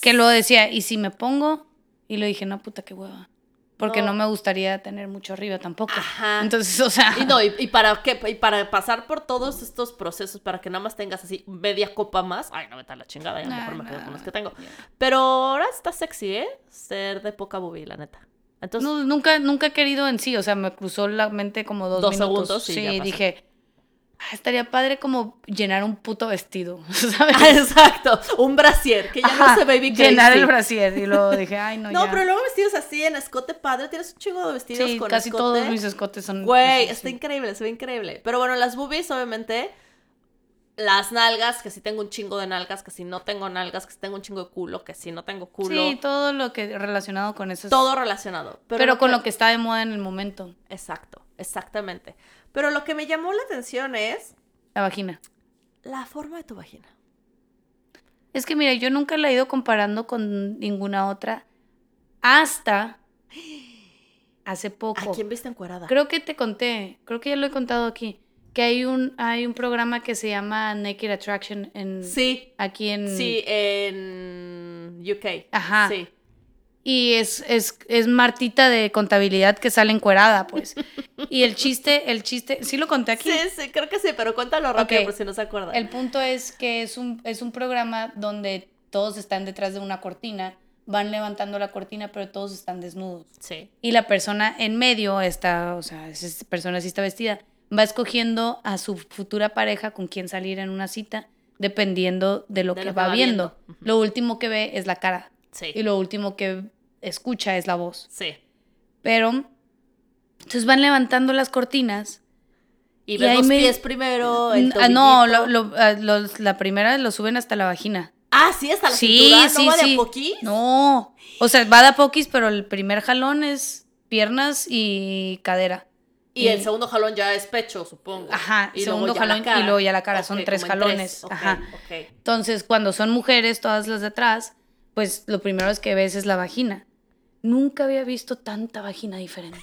Speaker 3: que luego decía, ¿y si me pongo? Y lo dije, no, puta, qué hueva. Porque
Speaker 2: No.
Speaker 3: no, me gustaría tener mucho arriba tampoco.
Speaker 2: Ajá.
Speaker 3: Entonces, o sea,
Speaker 2: y no, y, y para qué, y para pasar por todos estos procesos, para que nada más tengas así media copa más, ay, no me está la chingada, ya
Speaker 3: Nah,
Speaker 2: mejor me quedo
Speaker 3: nah.
Speaker 2: con los que tengo. Pero ahora está sexy, ¿eh? Ser de poca boobie, la neta. Entonces,
Speaker 3: no, nunca, nunca he querido en sí, o sea, me cruzó la mente como dos,
Speaker 2: Dos
Speaker 3: minutos.
Speaker 2: segundos y
Speaker 3: sí,
Speaker 2: ya pasó.
Speaker 3: dije, "Ah, estaría padre como llenar un puto vestido, ¿sabes?
Speaker 2: Ah, exacto, un brasier, que ya
Speaker 3: Ajá,
Speaker 2: no se baby crazy.
Speaker 3: Llenar el brasier y luego dije, ay, no,
Speaker 2: No,
Speaker 3: Oh, ya".
Speaker 2: pero luego vestidos así en escote padre, tienes un chingo de vestidos
Speaker 3: Sí,
Speaker 2: con
Speaker 3: casi
Speaker 2: escote.
Speaker 3: todos mis escotes son...
Speaker 2: Güey,
Speaker 3: sí,
Speaker 2: está
Speaker 3: sí.
Speaker 2: increíble, se ve increíble. Pero bueno, las boobies, obviamente. Las nalgas, que si tengo un chingo de nalgas, que si no tengo nalgas, que si tengo un chingo de culo, que si no tengo culo.
Speaker 3: Sí, todo lo que relacionado con eso. es-
Speaker 2: todo relacionado. Pero,
Speaker 3: Pero, con lo que está de moda en el momento,
Speaker 2: Exacto, exactamente. Pero lo que me llamó la atención es
Speaker 3: la vagina.
Speaker 2: la forma de tu vagina.
Speaker 3: Es que mira, yo nunca la he ido comparando con ninguna otra hasta hace
Speaker 2: ¿A
Speaker 3: poco.
Speaker 2: quién viste encuerada?
Speaker 3: Creo que te conté, creo que ya lo he contado aquí, que hay un hay un programa que se llama Naked Attraction en
Speaker 2: Sí,
Speaker 3: aquí en
Speaker 2: sí, en UK.
Speaker 3: Mm. Ajá.
Speaker 2: Sí.
Speaker 3: y es, es, es Martita de contabilidad que sale encuerada, pues. y el chiste, el chiste, sí lo conté aquí.
Speaker 2: Sí, sí, creo que sí, pero cuéntalo rápido
Speaker 3: Ok.
Speaker 2: por si no se acuerda.
Speaker 3: El punto es que es un, es un programa donde todos están detrás de una cortina, van levantando la cortina, pero todos están desnudos.
Speaker 2: Sí.
Speaker 3: Y la persona en medio está, o sea, esa persona sí está vestida, va escogiendo a su futura pareja con quien salir en una cita, dependiendo de lo,
Speaker 2: De
Speaker 3: que, va, viendo. Lo último que ve es la cara
Speaker 2: Sí.
Speaker 3: y lo último que escucha es la voz.
Speaker 2: Sí.
Speaker 3: Pero, entonces van levantando las cortinas
Speaker 2: Y,
Speaker 3: Y
Speaker 2: ves
Speaker 3: ahí
Speaker 2: los
Speaker 3: me-
Speaker 2: pies primero, Oh, el
Speaker 3: Ah, No,
Speaker 2: tobillito.
Speaker 3: lo- lo- ah, los- la primera lo suben hasta la vagina.
Speaker 2: Ah, sí, hasta la
Speaker 3: sí,
Speaker 2: cintura,
Speaker 3: sí,
Speaker 2: ¿no va de a
Speaker 3: sí.
Speaker 2: poquís?
Speaker 3: No. O sea, va de a poquis, pero el primer jalón es piernas y cadera.
Speaker 2: Y el
Speaker 3: Y-
Speaker 2: segundo jalón ya es pecho, supongo.
Speaker 3: Ajá,
Speaker 2: y
Speaker 3: segundo
Speaker 2: luego ya
Speaker 3: jalón
Speaker 2: la cara.
Speaker 3: y luego ya la cara. Son
Speaker 2: Ok,
Speaker 3: tres
Speaker 2: como en
Speaker 3: jalones.
Speaker 2: ok,
Speaker 3: Ajá.
Speaker 2: ok.
Speaker 3: Entonces, cuando son mujeres, todas las de atrás, pues lo primero es que ves es la vagina. Nunca había visto tanta vagina diferente.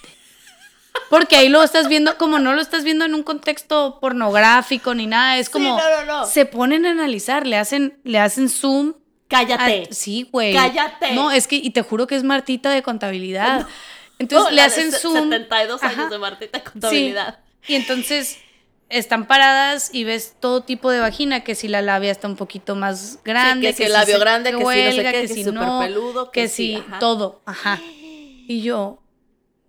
Speaker 3: Porque ahí lo estás viendo, como no lo estás viendo en un contexto pornográfico ni nada, es
Speaker 2: Sí,
Speaker 3: como
Speaker 2: no, no, no.
Speaker 3: se ponen a analizar, le hacen, le hacen zoom
Speaker 2: Cállate.
Speaker 3: Ah, sí, güey.
Speaker 2: Cállate.
Speaker 3: No, es que, y te juro que es Martita de contabilidad. Entonces
Speaker 2: No,
Speaker 3: le
Speaker 2: la de
Speaker 3: hacen
Speaker 2: se-
Speaker 3: zoom.
Speaker 2: 72 años
Speaker 3: Ajá.
Speaker 2: de Martita de contabilidad.
Speaker 3: Y entonces están paradas y ves todo tipo de vagina, que si la labia está un poquito más grande,
Speaker 2: que si el labio grande, que si no sé qué,
Speaker 3: huelga,
Speaker 2: que si superpeludo, que
Speaker 3: que
Speaker 2: si-
Speaker 3: si
Speaker 2: ajá.
Speaker 3: todo, ajá. Y yo,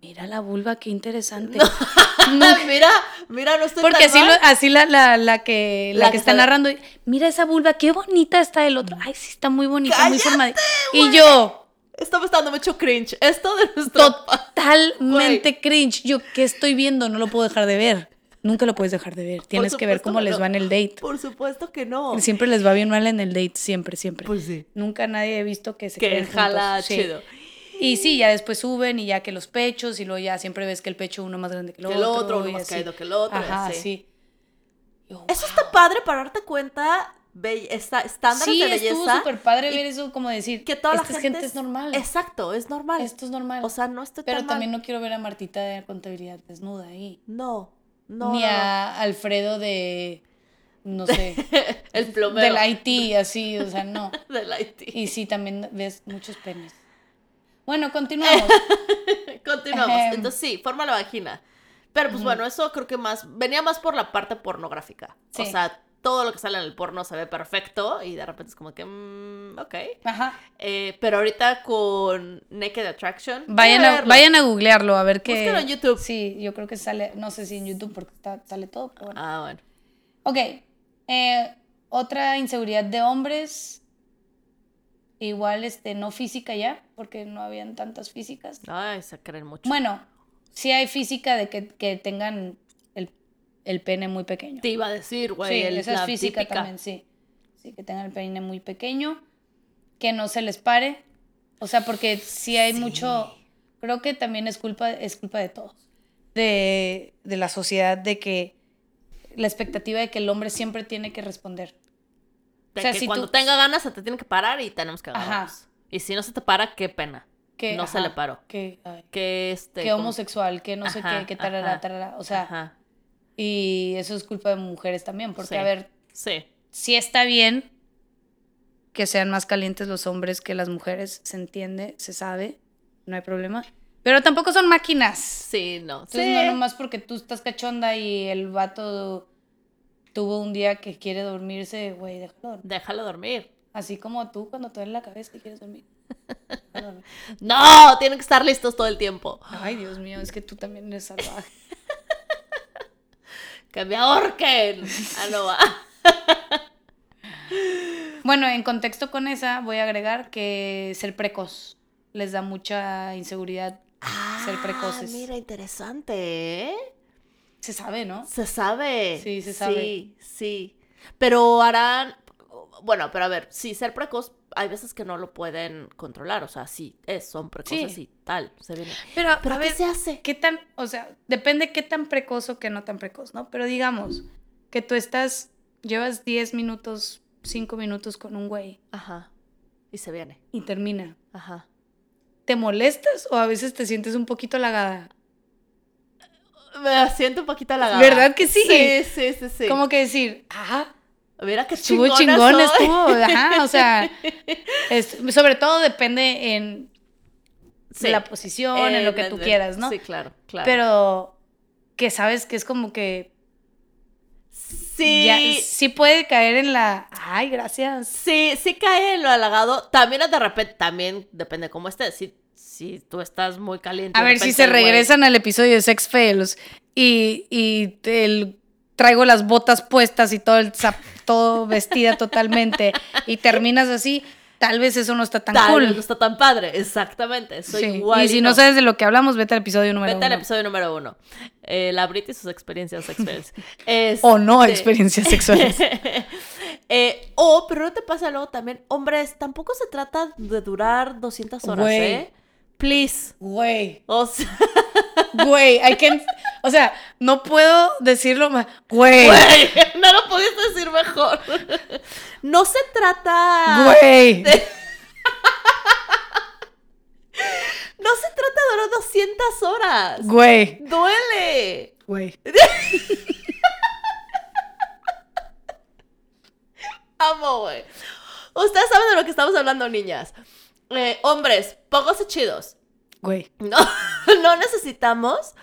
Speaker 3: mira la vulva, qué interesante. Nunca-
Speaker 2: Ah, mira, mira, no estoy
Speaker 3: porque
Speaker 2: tan
Speaker 3: así,
Speaker 2: mal.
Speaker 3: lo- así la, la, la que,
Speaker 2: La
Speaker 3: la que
Speaker 2: que
Speaker 3: está
Speaker 2: está- Mm.
Speaker 3: narrando, mira esa vulva, qué bonita está el otro. Ay, sí, está muy bonita, muy formadita. Y yo,
Speaker 2: Estamos dando mucho cringe. Esto de nuestro...
Speaker 3: Totalmente cringe. Yo qué estoy viendo, no lo puedo dejar de ver. Nunca lo puedes dejar de ver. Tienes que ver
Speaker 2: supuesto
Speaker 3: cómo
Speaker 2: que
Speaker 3: les
Speaker 2: no.
Speaker 3: va en el date.
Speaker 2: Por supuesto que no.
Speaker 3: Siempre les va bien mal en el date, siempre, siempre.
Speaker 2: Pues sí.
Speaker 3: Nunca nadie he visto que se
Speaker 2: Que
Speaker 3: queden
Speaker 2: jala
Speaker 3: juntos, sí.
Speaker 2: chido.
Speaker 3: Y sí, ya después suben y ya que los pechos y luego ya siempre ves que el pecho uno más grande que el
Speaker 2: Que
Speaker 3: otro.
Speaker 2: el otro, uno
Speaker 3: y
Speaker 2: más
Speaker 3: así.
Speaker 2: caído que el otro, y
Speaker 3: Ajá,
Speaker 2: así.
Speaker 3: sí. Yo,
Speaker 2: Eso está padre para darte cuenta be- esta- estándares
Speaker 3: sí,
Speaker 2: de
Speaker 3: estuvo
Speaker 2: belleza.
Speaker 3: súper padre
Speaker 2: y
Speaker 3: ver eso, como decir,
Speaker 2: Que toda la
Speaker 3: "Esta
Speaker 2: gente, este
Speaker 3: gente es normal,
Speaker 2: Exacto, es normal.
Speaker 3: esto es normal.
Speaker 2: O sea, no estoy
Speaker 3: Pero
Speaker 2: tan mal.
Speaker 3: también no quiero ver a Martita de contabilidad desnuda ahí.
Speaker 2: No, no.
Speaker 3: Ni
Speaker 2: no,
Speaker 3: a Alfredo de, no sé,
Speaker 2: no. El plomero.
Speaker 3: del IT, así, o sea, no.
Speaker 2: Del IT.
Speaker 3: Y sí, también ves muchos penes. Bueno, continuamos.
Speaker 2: Continuamos.
Speaker 3: Ejem.
Speaker 2: Entonces, sí, forma la vagina. Pero pues bueno, eso creo que más. Venía más por la parte pornográfica. O
Speaker 3: Sí.
Speaker 2: sea, todo lo que sale en el porno se ve perfecto y de repente es como que. mm, ok.
Speaker 3: Ajá.
Speaker 2: Eh, pero ahorita con Naked Attraction.
Speaker 3: Vayan a,
Speaker 2: verlo.
Speaker 3: vayan a googlearlo, a ver qué.
Speaker 2: Búsquenlo en YouTube.
Speaker 3: Sí, yo creo que sale, no sé si en YouTube porque está- sale todo. Pero bueno.
Speaker 2: Ah, bueno.
Speaker 3: Ok, eh, otra inseguridad de hombres, igual este, no física ya, porque no habían tantas físicas.
Speaker 2: Ay, se creen mucho.
Speaker 3: Bueno, sí hay física de que, que tengan el, el pene muy pequeño.
Speaker 2: Te iba a decir, güey.
Speaker 3: sí,
Speaker 2: el-
Speaker 3: esa es
Speaker 2: la
Speaker 3: física
Speaker 2: típica.
Speaker 3: también, sí. Sí, que tengan el pene muy pequeño, que no se les pare. O sea, porque sí hay mucho, creo que también es culpa, es culpa de todos. De, de la sociedad, de que la expectativa de que el hombre siempre tiene que responder.
Speaker 2: De
Speaker 3: O sea,
Speaker 2: que
Speaker 3: si
Speaker 2: cuando
Speaker 3: tú-
Speaker 2: tenga ganas se te tiene que parar y tenemos que
Speaker 3: Ajá.
Speaker 2: agarrarnos. Y si no se te para, qué pena.
Speaker 3: Que,
Speaker 2: no se
Speaker 3: ajá,
Speaker 2: le paró.
Speaker 3: Que, ay,
Speaker 2: Que este.
Speaker 3: que
Speaker 2: como-
Speaker 3: homosexual, que no sé
Speaker 2: Ajá,
Speaker 3: qué, que tarará,
Speaker 2: ajá.
Speaker 3: tarará. O sea,
Speaker 2: Ajá,
Speaker 3: y eso es culpa de mujeres también, porque
Speaker 2: Sí.
Speaker 3: a ver,
Speaker 2: Sí.
Speaker 3: sí está bien que sean más calientes los hombres que las mujeres, se entiende, se sabe, no hay problema. Pero tampoco son máquinas.
Speaker 2: Sí, no.
Speaker 3: Entonces,
Speaker 2: sí.
Speaker 3: no nomás porque tú estás cachonda y el vato tuvo un día que quiere dormirse, güey, déjalo dormir.
Speaker 2: Déjalo dormir.
Speaker 3: Así como tú cuando te duele la cabeza y quieres dormir. Déjalo dormir.
Speaker 2: No, tienen que estar listos todo el tiempo.
Speaker 3: Ay, Dios mío, es que tú también eres salvaje.
Speaker 2: Que me ahorquen. Ah, no va.
Speaker 3: Bueno, en contexto con esa, voy a agregar que ser precoz les da mucha inseguridad. Ser precoces.
Speaker 2: Ah, Mira, interesante, ¿eh?
Speaker 3: Se sabe, ¿no?
Speaker 2: Se sabe.
Speaker 3: Sí, se sabe.
Speaker 2: Sí, sí. Pero harán. Bueno, pero a ver, sí, ser precoz, hay veces que no lo pueden controlar. O sea, sí, es, son precoces
Speaker 3: Sí.
Speaker 2: y tal. Se viene.
Speaker 3: Pero,
Speaker 2: Pero
Speaker 3: a
Speaker 2: ¿qué
Speaker 3: ver,
Speaker 2: se hace?
Speaker 3: ¿qué tan, o sea, depende qué tan precoz o qué no tan precoz, ¿no? Pero digamos que tú estás, llevas 10 minutos, 5 minutos con un güey
Speaker 2: Ajá. Y se viene.
Speaker 3: y termina.
Speaker 2: Ajá.
Speaker 3: ¿Te molestas o a veces te sientes un poquito halagada?
Speaker 2: Me siento un poquito halagada.
Speaker 3: ¿Verdad que sí?
Speaker 2: Sí, sí, sí, sí.
Speaker 3: Como que decir, ajá,
Speaker 2: Mira que
Speaker 3: estuvo chingón, estuvo, ajá, o sea, es- sobre todo depende en la posición, en lo que tú quieras, ¿no?
Speaker 2: Eh, Sí, claro, claro.
Speaker 3: Pero que sabes que es como que
Speaker 2: sí,
Speaker 3: ya, sí puede caer en la, ay, gracias.
Speaker 2: sí, sí cae en lo halagado. También de repente, también depende cómo estés. Si, si tú estás muy caliente.
Speaker 3: A
Speaker 2: de
Speaker 3: ver si
Speaker 2: repente
Speaker 3: se
Speaker 2: el güey-
Speaker 3: regresan al episodio de Sex Fails y, y el- traigo las botas puestas y todo, el, zap- todo vestida totalmente y terminas así, tal vez eso no está tan
Speaker 2: Tal
Speaker 3: cool.
Speaker 2: vez no está tan padre. Exactamente. Eso
Speaker 3: Sí,
Speaker 2: igual.
Speaker 3: Y si no. sabes de lo que hablamos, vete al episodio número
Speaker 2: Vete al
Speaker 3: uno.
Speaker 2: episodio número uno. Eh, la Brit y sus experiencias sexuales. Este-
Speaker 3: O no, experiencias sexuales.
Speaker 2: Eh, o, pero no te pasa luego también, hombres, tampoco se trata de durar 200 horas,
Speaker 3: Güey.
Speaker 2: ¿eh? Please.
Speaker 3: Güey,
Speaker 2: O sea,
Speaker 3: güey, hay que... O sea, no puedo decirlo más. Güey,
Speaker 2: güey, no lo pudiste decir mejor. No se trata.
Speaker 3: güey.
Speaker 2: No se trata de durar 200 horas.
Speaker 3: Güey.
Speaker 2: Duele.
Speaker 3: Güey.
Speaker 2: Amo, güey. Ustedes saben de lo que estamos hablando, niñas. Eh, hombres, pónganse chidos.
Speaker 3: Güey.
Speaker 2: No, no necesitamos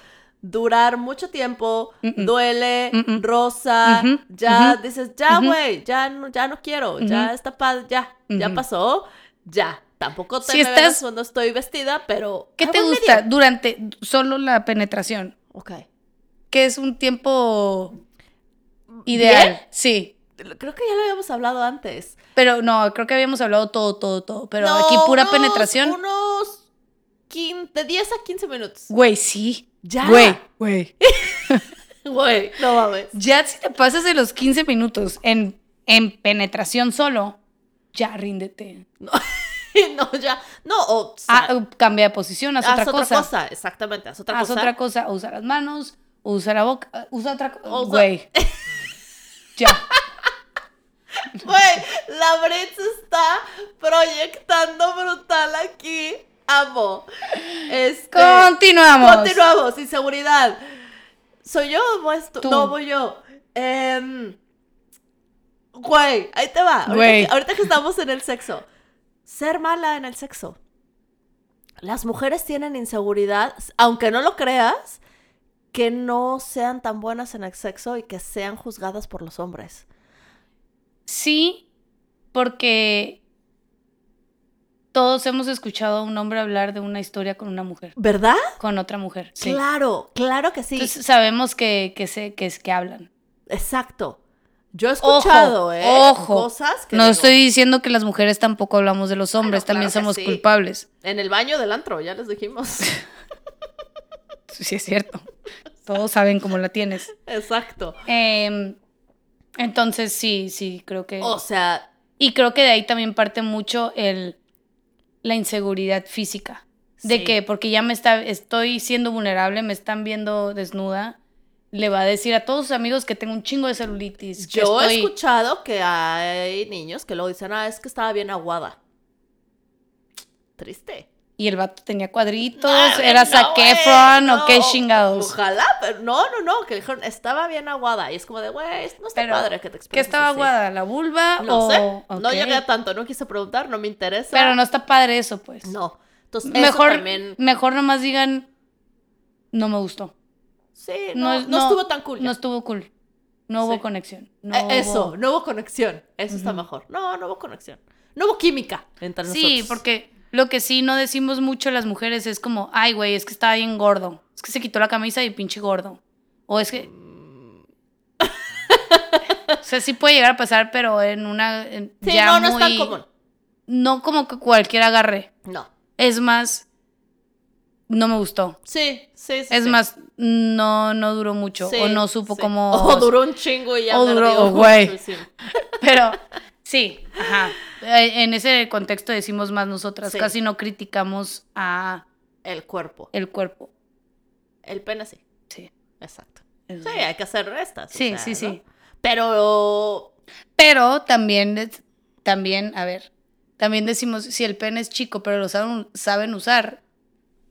Speaker 2: durar mucho tiempo.
Speaker 3: Mm-mm.
Speaker 2: Duele,
Speaker 3: Mm-mm.
Speaker 2: rosa,
Speaker 3: Ujú,
Speaker 2: ya
Speaker 3: ujú,
Speaker 2: dices, ya,
Speaker 3: ujú.
Speaker 2: güey, ya, no, ya no quiero, ya
Speaker 3: Ujú.
Speaker 2: está padre, ya, ya
Speaker 3: Ujú.
Speaker 2: pasó, ya. Tampoco te
Speaker 3: Si
Speaker 2: me veas
Speaker 3: estás-
Speaker 2: cuando estoy vestida, pero.
Speaker 3: ¿Qué te
Speaker 2: algo en
Speaker 3: gusta
Speaker 2: medio.
Speaker 3: durante solo la penetración?
Speaker 2: Ok.
Speaker 3: Que es un tiempo ideal. Sí.
Speaker 2: Creo que ya lo habíamos hablado antes.
Speaker 3: Pero no, creo que habíamos hablado todo, todo, todo. Pero aquí pura
Speaker 2: unos-
Speaker 3: penetración.
Speaker 2: Unos quin- de 10 a 15 minutos.
Speaker 3: Güey, sí.
Speaker 2: Ya.
Speaker 3: Güey, güey.
Speaker 2: Güey, no mames.
Speaker 3: Ya si te pasas de los 15 minutos en, en penetración solo, ya ríndete.
Speaker 2: no, ya. No, o,
Speaker 3: Ah,
Speaker 2: sea,
Speaker 3: o cambia de posición, haz, otra, cosa.
Speaker 2: Exactamente, haz otra
Speaker 3: Haz
Speaker 2: cosa.
Speaker 3: otra cosa. Usa las manos, usa la boca, usa otra cosa.
Speaker 2: Usa-
Speaker 3: Güey. ya.
Speaker 2: Güey, la brecha está proyectando brutal aquí. Amo. Este,
Speaker 3: Continuamos.
Speaker 2: Continuamos, inseguridad. ¿Soy yo o vas tú?
Speaker 3: Tú.
Speaker 2: No, voy yo. Em, güey, ahí te va. Ahorita
Speaker 3: Güey.
Speaker 2: que- ahorita que estamos en el sexo. Ser mala en el sexo. Las mujeres tienen inseguridad, aunque no lo creas, que no sean tan buenas en el sexo y que sean juzgadas por los hombres.
Speaker 3: Sí, porque todos hemos escuchado a un hombre hablar de una historia con una mujer,
Speaker 2: ¿Verdad?
Speaker 3: con otra mujer. Sí.
Speaker 2: Claro, claro que sí.
Speaker 3: Entonces sabemos que, que, se, que, es- que hablan.
Speaker 2: Exacto. Yo he
Speaker 3: Ojo,
Speaker 2: escuchado, ¿eh?
Speaker 3: ojo.
Speaker 2: Cosas que.
Speaker 3: No
Speaker 2: digo,
Speaker 3: estoy diciendo que las mujeres tampoco hablamos de los hombres,
Speaker 2: no,
Speaker 3: también
Speaker 2: claro que
Speaker 3: somos
Speaker 2: sí.
Speaker 3: culpables.
Speaker 2: En el baño del antro, ya les dijimos.
Speaker 3: Sí, es cierto. Todos saben cómo la tienes.
Speaker 2: Exacto.
Speaker 3: Em, entonces, sí, sí, creo que.
Speaker 2: O sea,
Speaker 3: Y creo que de ahí también parte mucho el, la inseguridad física. ¿De
Speaker 2: Sí.
Speaker 3: que Porque ya me está, estoy siendo vulnerable, me están viendo desnuda. Le va a decir a todos sus amigos que tengo un chingo de celulitis. que
Speaker 2: yo he
Speaker 3: estoy-
Speaker 2: escuchado que hay niños que luego dicen, ah, es que estaba bien aguada. Triste.
Speaker 3: Y el vato tenía cuadritos,
Speaker 2: Ah,
Speaker 3: era
Speaker 2: no,
Speaker 3: Zac
Speaker 2: güey,
Speaker 3: Efron o
Speaker 2: no.
Speaker 3: qué chingados.
Speaker 2: Ojalá, pero no, no, no, que dijeron, estaba bien aguada. Y es como de, güey, no está
Speaker 3: Pero,
Speaker 2: padre que te
Speaker 3: ¿Qué
Speaker 2: expreses
Speaker 3: estaba
Speaker 2: así".
Speaker 3: aguada? ¿La vulva?
Speaker 2: No
Speaker 3: o...
Speaker 2: sé. No
Speaker 3: Ok.
Speaker 2: llegué a tanto, no quise preguntar, no me interesa.
Speaker 3: Pero no está padre eso, pues.
Speaker 2: No. Entonces,
Speaker 3: mejor,
Speaker 2: eso también.
Speaker 3: mejor nomás digan, no me gustó.
Speaker 2: Sí,
Speaker 3: no
Speaker 2: no,
Speaker 3: es-
Speaker 2: no
Speaker 3: no-
Speaker 2: estuvo tan cool. ya.
Speaker 3: No estuvo cool. No hubo
Speaker 2: Sí.
Speaker 3: conexión. No
Speaker 2: Eh,
Speaker 3: hubo-
Speaker 2: Eso, no hubo conexión. Eso está
Speaker 3: Ujú.
Speaker 2: mejor. No, no hubo conexión. No hubo química entre nosotros.
Speaker 3: Sí, porque lo que sí no decimos mucho las mujeres es como, ay, güey, es que estaba bien gordo. Es que se quitó la camisa y pinche gordo. O es que. o sea, sí puede llegar a pasar, pero en una. en-
Speaker 2: Sí,
Speaker 3: ya
Speaker 2: no, no es tan
Speaker 3: muy-
Speaker 2: común.
Speaker 3: No como que cualquier agarre.
Speaker 2: No.
Speaker 3: Es más, no me gustó.
Speaker 2: Sí, sí, sí.
Speaker 3: Es
Speaker 2: sí.
Speaker 3: más, no, no duró mucho.
Speaker 2: Sí,
Speaker 3: o no supo
Speaker 2: sí.
Speaker 3: cómo.
Speaker 2: O duró un chingo y ya
Speaker 3: O
Speaker 2: perdió
Speaker 3: duró- güey.
Speaker 2: muchísimo.
Speaker 3: Pero sí, ajá. Eh, En ese contexto decimos más nosotras,
Speaker 2: Sí.
Speaker 3: casi no criticamos a
Speaker 2: El cuerpo.
Speaker 3: el cuerpo.
Speaker 2: El pene sí.
Speaker 3: Sí.
Speaker 2: Exacto.
Speaker 3: es
Speaker 2: Sí, hay que hacer restas. o
Speaker 3: Sí,
Speaker 2: sea,
Speaker 3: sí,
Speaker 2: ¿no?
Speaker 3: sí.
Speaker 2: Pero.
Speaker 3: Pero también, es- también, a ver, también decimos, si el pene es chico, pero lo saben, saben usar,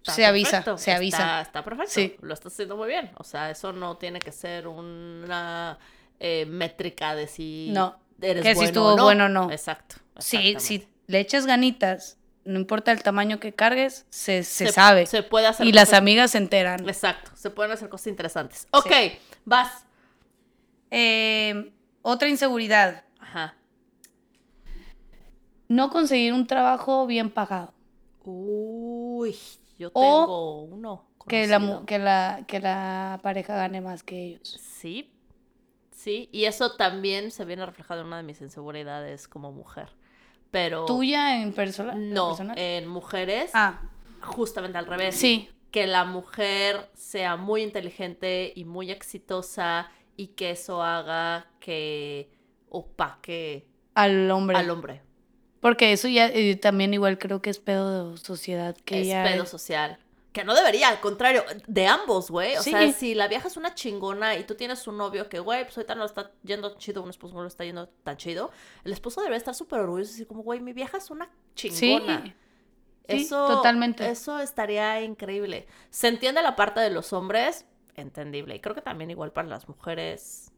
Speaker 2: está
Speaker 3: se avisa,
Speaker 2: perfecto,
Speaker 3: se avisa.
Speaker 2: Está, está perfecto.
Speaker 3: Sí.
Speaker 2: Lo estás haciendo muy bien. O sea, eso no tiene que ser una eh, métrica de si.
Speaker 3: No,
Speaker 2: Eres
Speaker 3: que si
Speaker 2: bueno
Speaker 3: estuvo
Speaker 2: o no.
Speaker 3: bueno o no.
Speaker 2: Exacto.
Speaker 3: Sí, si
Speaker 2: exactamente.
Speaker 3: le echas ganitas, no importa el tamaño que cargues, se, se
Speaker 2: Se-
Speaker 3: sabe.
Speaker 2: Se puede hacer.
Speaker 3: y las
Speaker 2: cosas-
Speaker 3: amigas se enteran.
Speaker 2: Exacto. Se pueden hacer cosas interesantes. Ok, vas.
Speaker 3: Eh, otra inseguridad,
Speaker 2: Ajá.
Speaker 3: no conseguir un trabajo bien pagado.
Speaker 2: Uy, yo
Speaker 3: O
Speaker 2: tengo uno.
Speaker 3: que la, mu-
Speaker 2: conocido.
Speaker 3: que, la, que la pareja gane más que ellos.
Speaker 2: Sí. Sí, y eso también se viene reflejado en una de mis inseguridades como mujer. Pero.
Speaker 3: ¿Tuya en persona?
Speaker 2: No,
Speaker 3: personal?
Speaker 2: en mujeres,
Speaker 3: ah,
Speaker 2: justamente al revés.
Speaker 3: sí.
Speaker 2: Que la mujer sea muy inteligente y muy exitosa y que eso haga que opaque
Speaker 3: Al hombre.
Speaker 2: al hombre.
Speaker 3: Porque eso ya eh, también igual creo que es pedo de sociedad. Que
Speaker 2: es
Speaker 3: ya
Speaker 2: pedo social. Que no debería, al contrario, de ambos, güey. O
Speaker 3: Sí.
Speaker 2: sea, si la vieja es una chingona y tú tienes un novio que, güey, pues ahorita no lo está yendo chido, un esposo no lo está yendo tan chido, el esposo debería estar súper orgulloso y decir como, güey, mi vieja es una
Speaker 3: Sí,
Speaker 2: chingona.
Speaker 3: sí, totalmente.
Speaker 2: Eso estaría increíble. Se entiende la parte de los hombres, entendible. Y creo que también igual para las mujeres,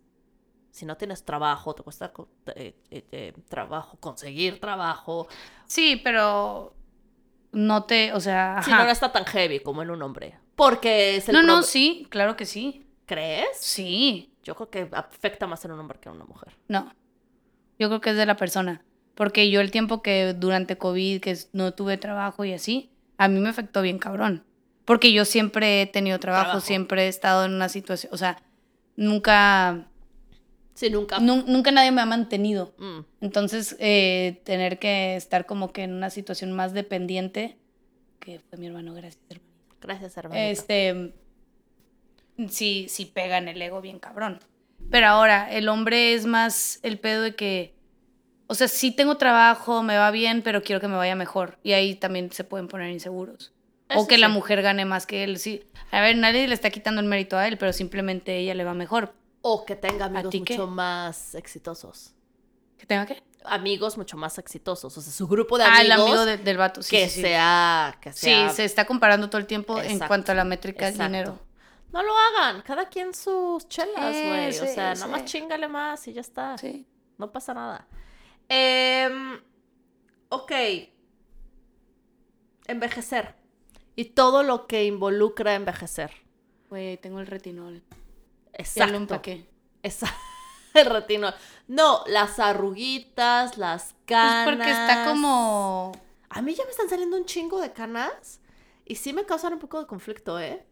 Speaker 2: si no tienes trabajo, te cuesta co- eh, eh, eh, trabajo, conseguir trabajo,
Speaker 3: sí, pero no te, o sea,
Speaker 2: si no,
Speaker 3: ajá.
Speaker 2: no está tan heavy como en un hombre. Porque es el
Speaker 3: no, no,
Speaker 2: prob-
Speaker 3: sí, claro que sí.
Speaker 2: ¿Crees?
Speaker 3: Sí,
Speaker 2: Yo creo que afecta más en un hombre que en una mujer.
Speaker 3: no. Yo creo que es de la persona. Porque yo el tiempo que durante COVID, que es- no tuve trabajo y así, a mí me afectó bien cabrón. Porque yo siempre he tenido trabajo,
Speaker 2: Trabajo.
Speaker 3: siempre he estado en una situación, o sea, nunca
Speaker 2: Sí, nunca.
Speaker 3: Nun- nunca nadie me ha mantenido.
Speaker 2: Mm.
Speaker 3: Entonces, eh, tener que estar como que en una situación más dependiente, que fue mi hermano, gracias, hermano.
Speaker 2: Gracias, hermano.
Speaker 3: Este, sí, sí pega en el ego bien cabrón. Pero ahora, el hombre es más el pedo de que, o sea, sí tengo trabajo, me va bien, pero quiero que me vaya mejor. Y ahí también se pueden poner inseguros.
Speaker 2: Eso
Speaker 3: o que la
Speaker 2: sí.
Speaker 3: mujer gane más que él, sí. A ver, nadie le está quitando el mérito a él, pero simplemente ella le va mejor.
Speaker 2: O que tenga amigos
Speaker 3: ti qué?
Speaker 2: mucho más exitosos.
Speaker 3: ¿Que tenga qué?
Speaker 2: Amigos mucho más exitosos. O sea, su grupo de
Speaker 3: Ah,
Speaker 2: amigos.
Speaker 3: el amigo de- del vato, sí.
Speaker 2: que,
Speaker 3: sí, sí.
Speaker 2: Sea, que
Speaker 3: Sí,
Speaker 2: sea.
Speaker 3: se está comparando todo el tiempo en
Speaker 2: Exacto,
Speaker 3: cuanto a la métrica del
Speaker 2: Exacto.
Speaker 3: dinero.
Speaker 2: No lo hagan. Cada quien sus chelas,
Speaker 3: Sí,
Speaker 2: güey. o
Speaker 3: sí,
Speaker 2: sea,
Speaker 3: sí.
Speaker 2: nada más chingale más y ya está.
Speaker 3: Sí.
Speaker 2: No pasa nada. Em, ok. Envejecer. Y todo lo que involucra envejecer.
Speaker 3: Güey, tengo el retinol. Ya lo
Speaker 2: Exacto.
Speaker 3: empaqué.
Speaker 2: Esa- el retinol. No, las arruguitas, las
Speaker 3: Pues
Speaker 2: canas.
Speaker 3: porque está como.
Speaker 2: A mí ya me están saliendo un chingo de canas. Y sí me causan un poco de conflicto, ¿eh?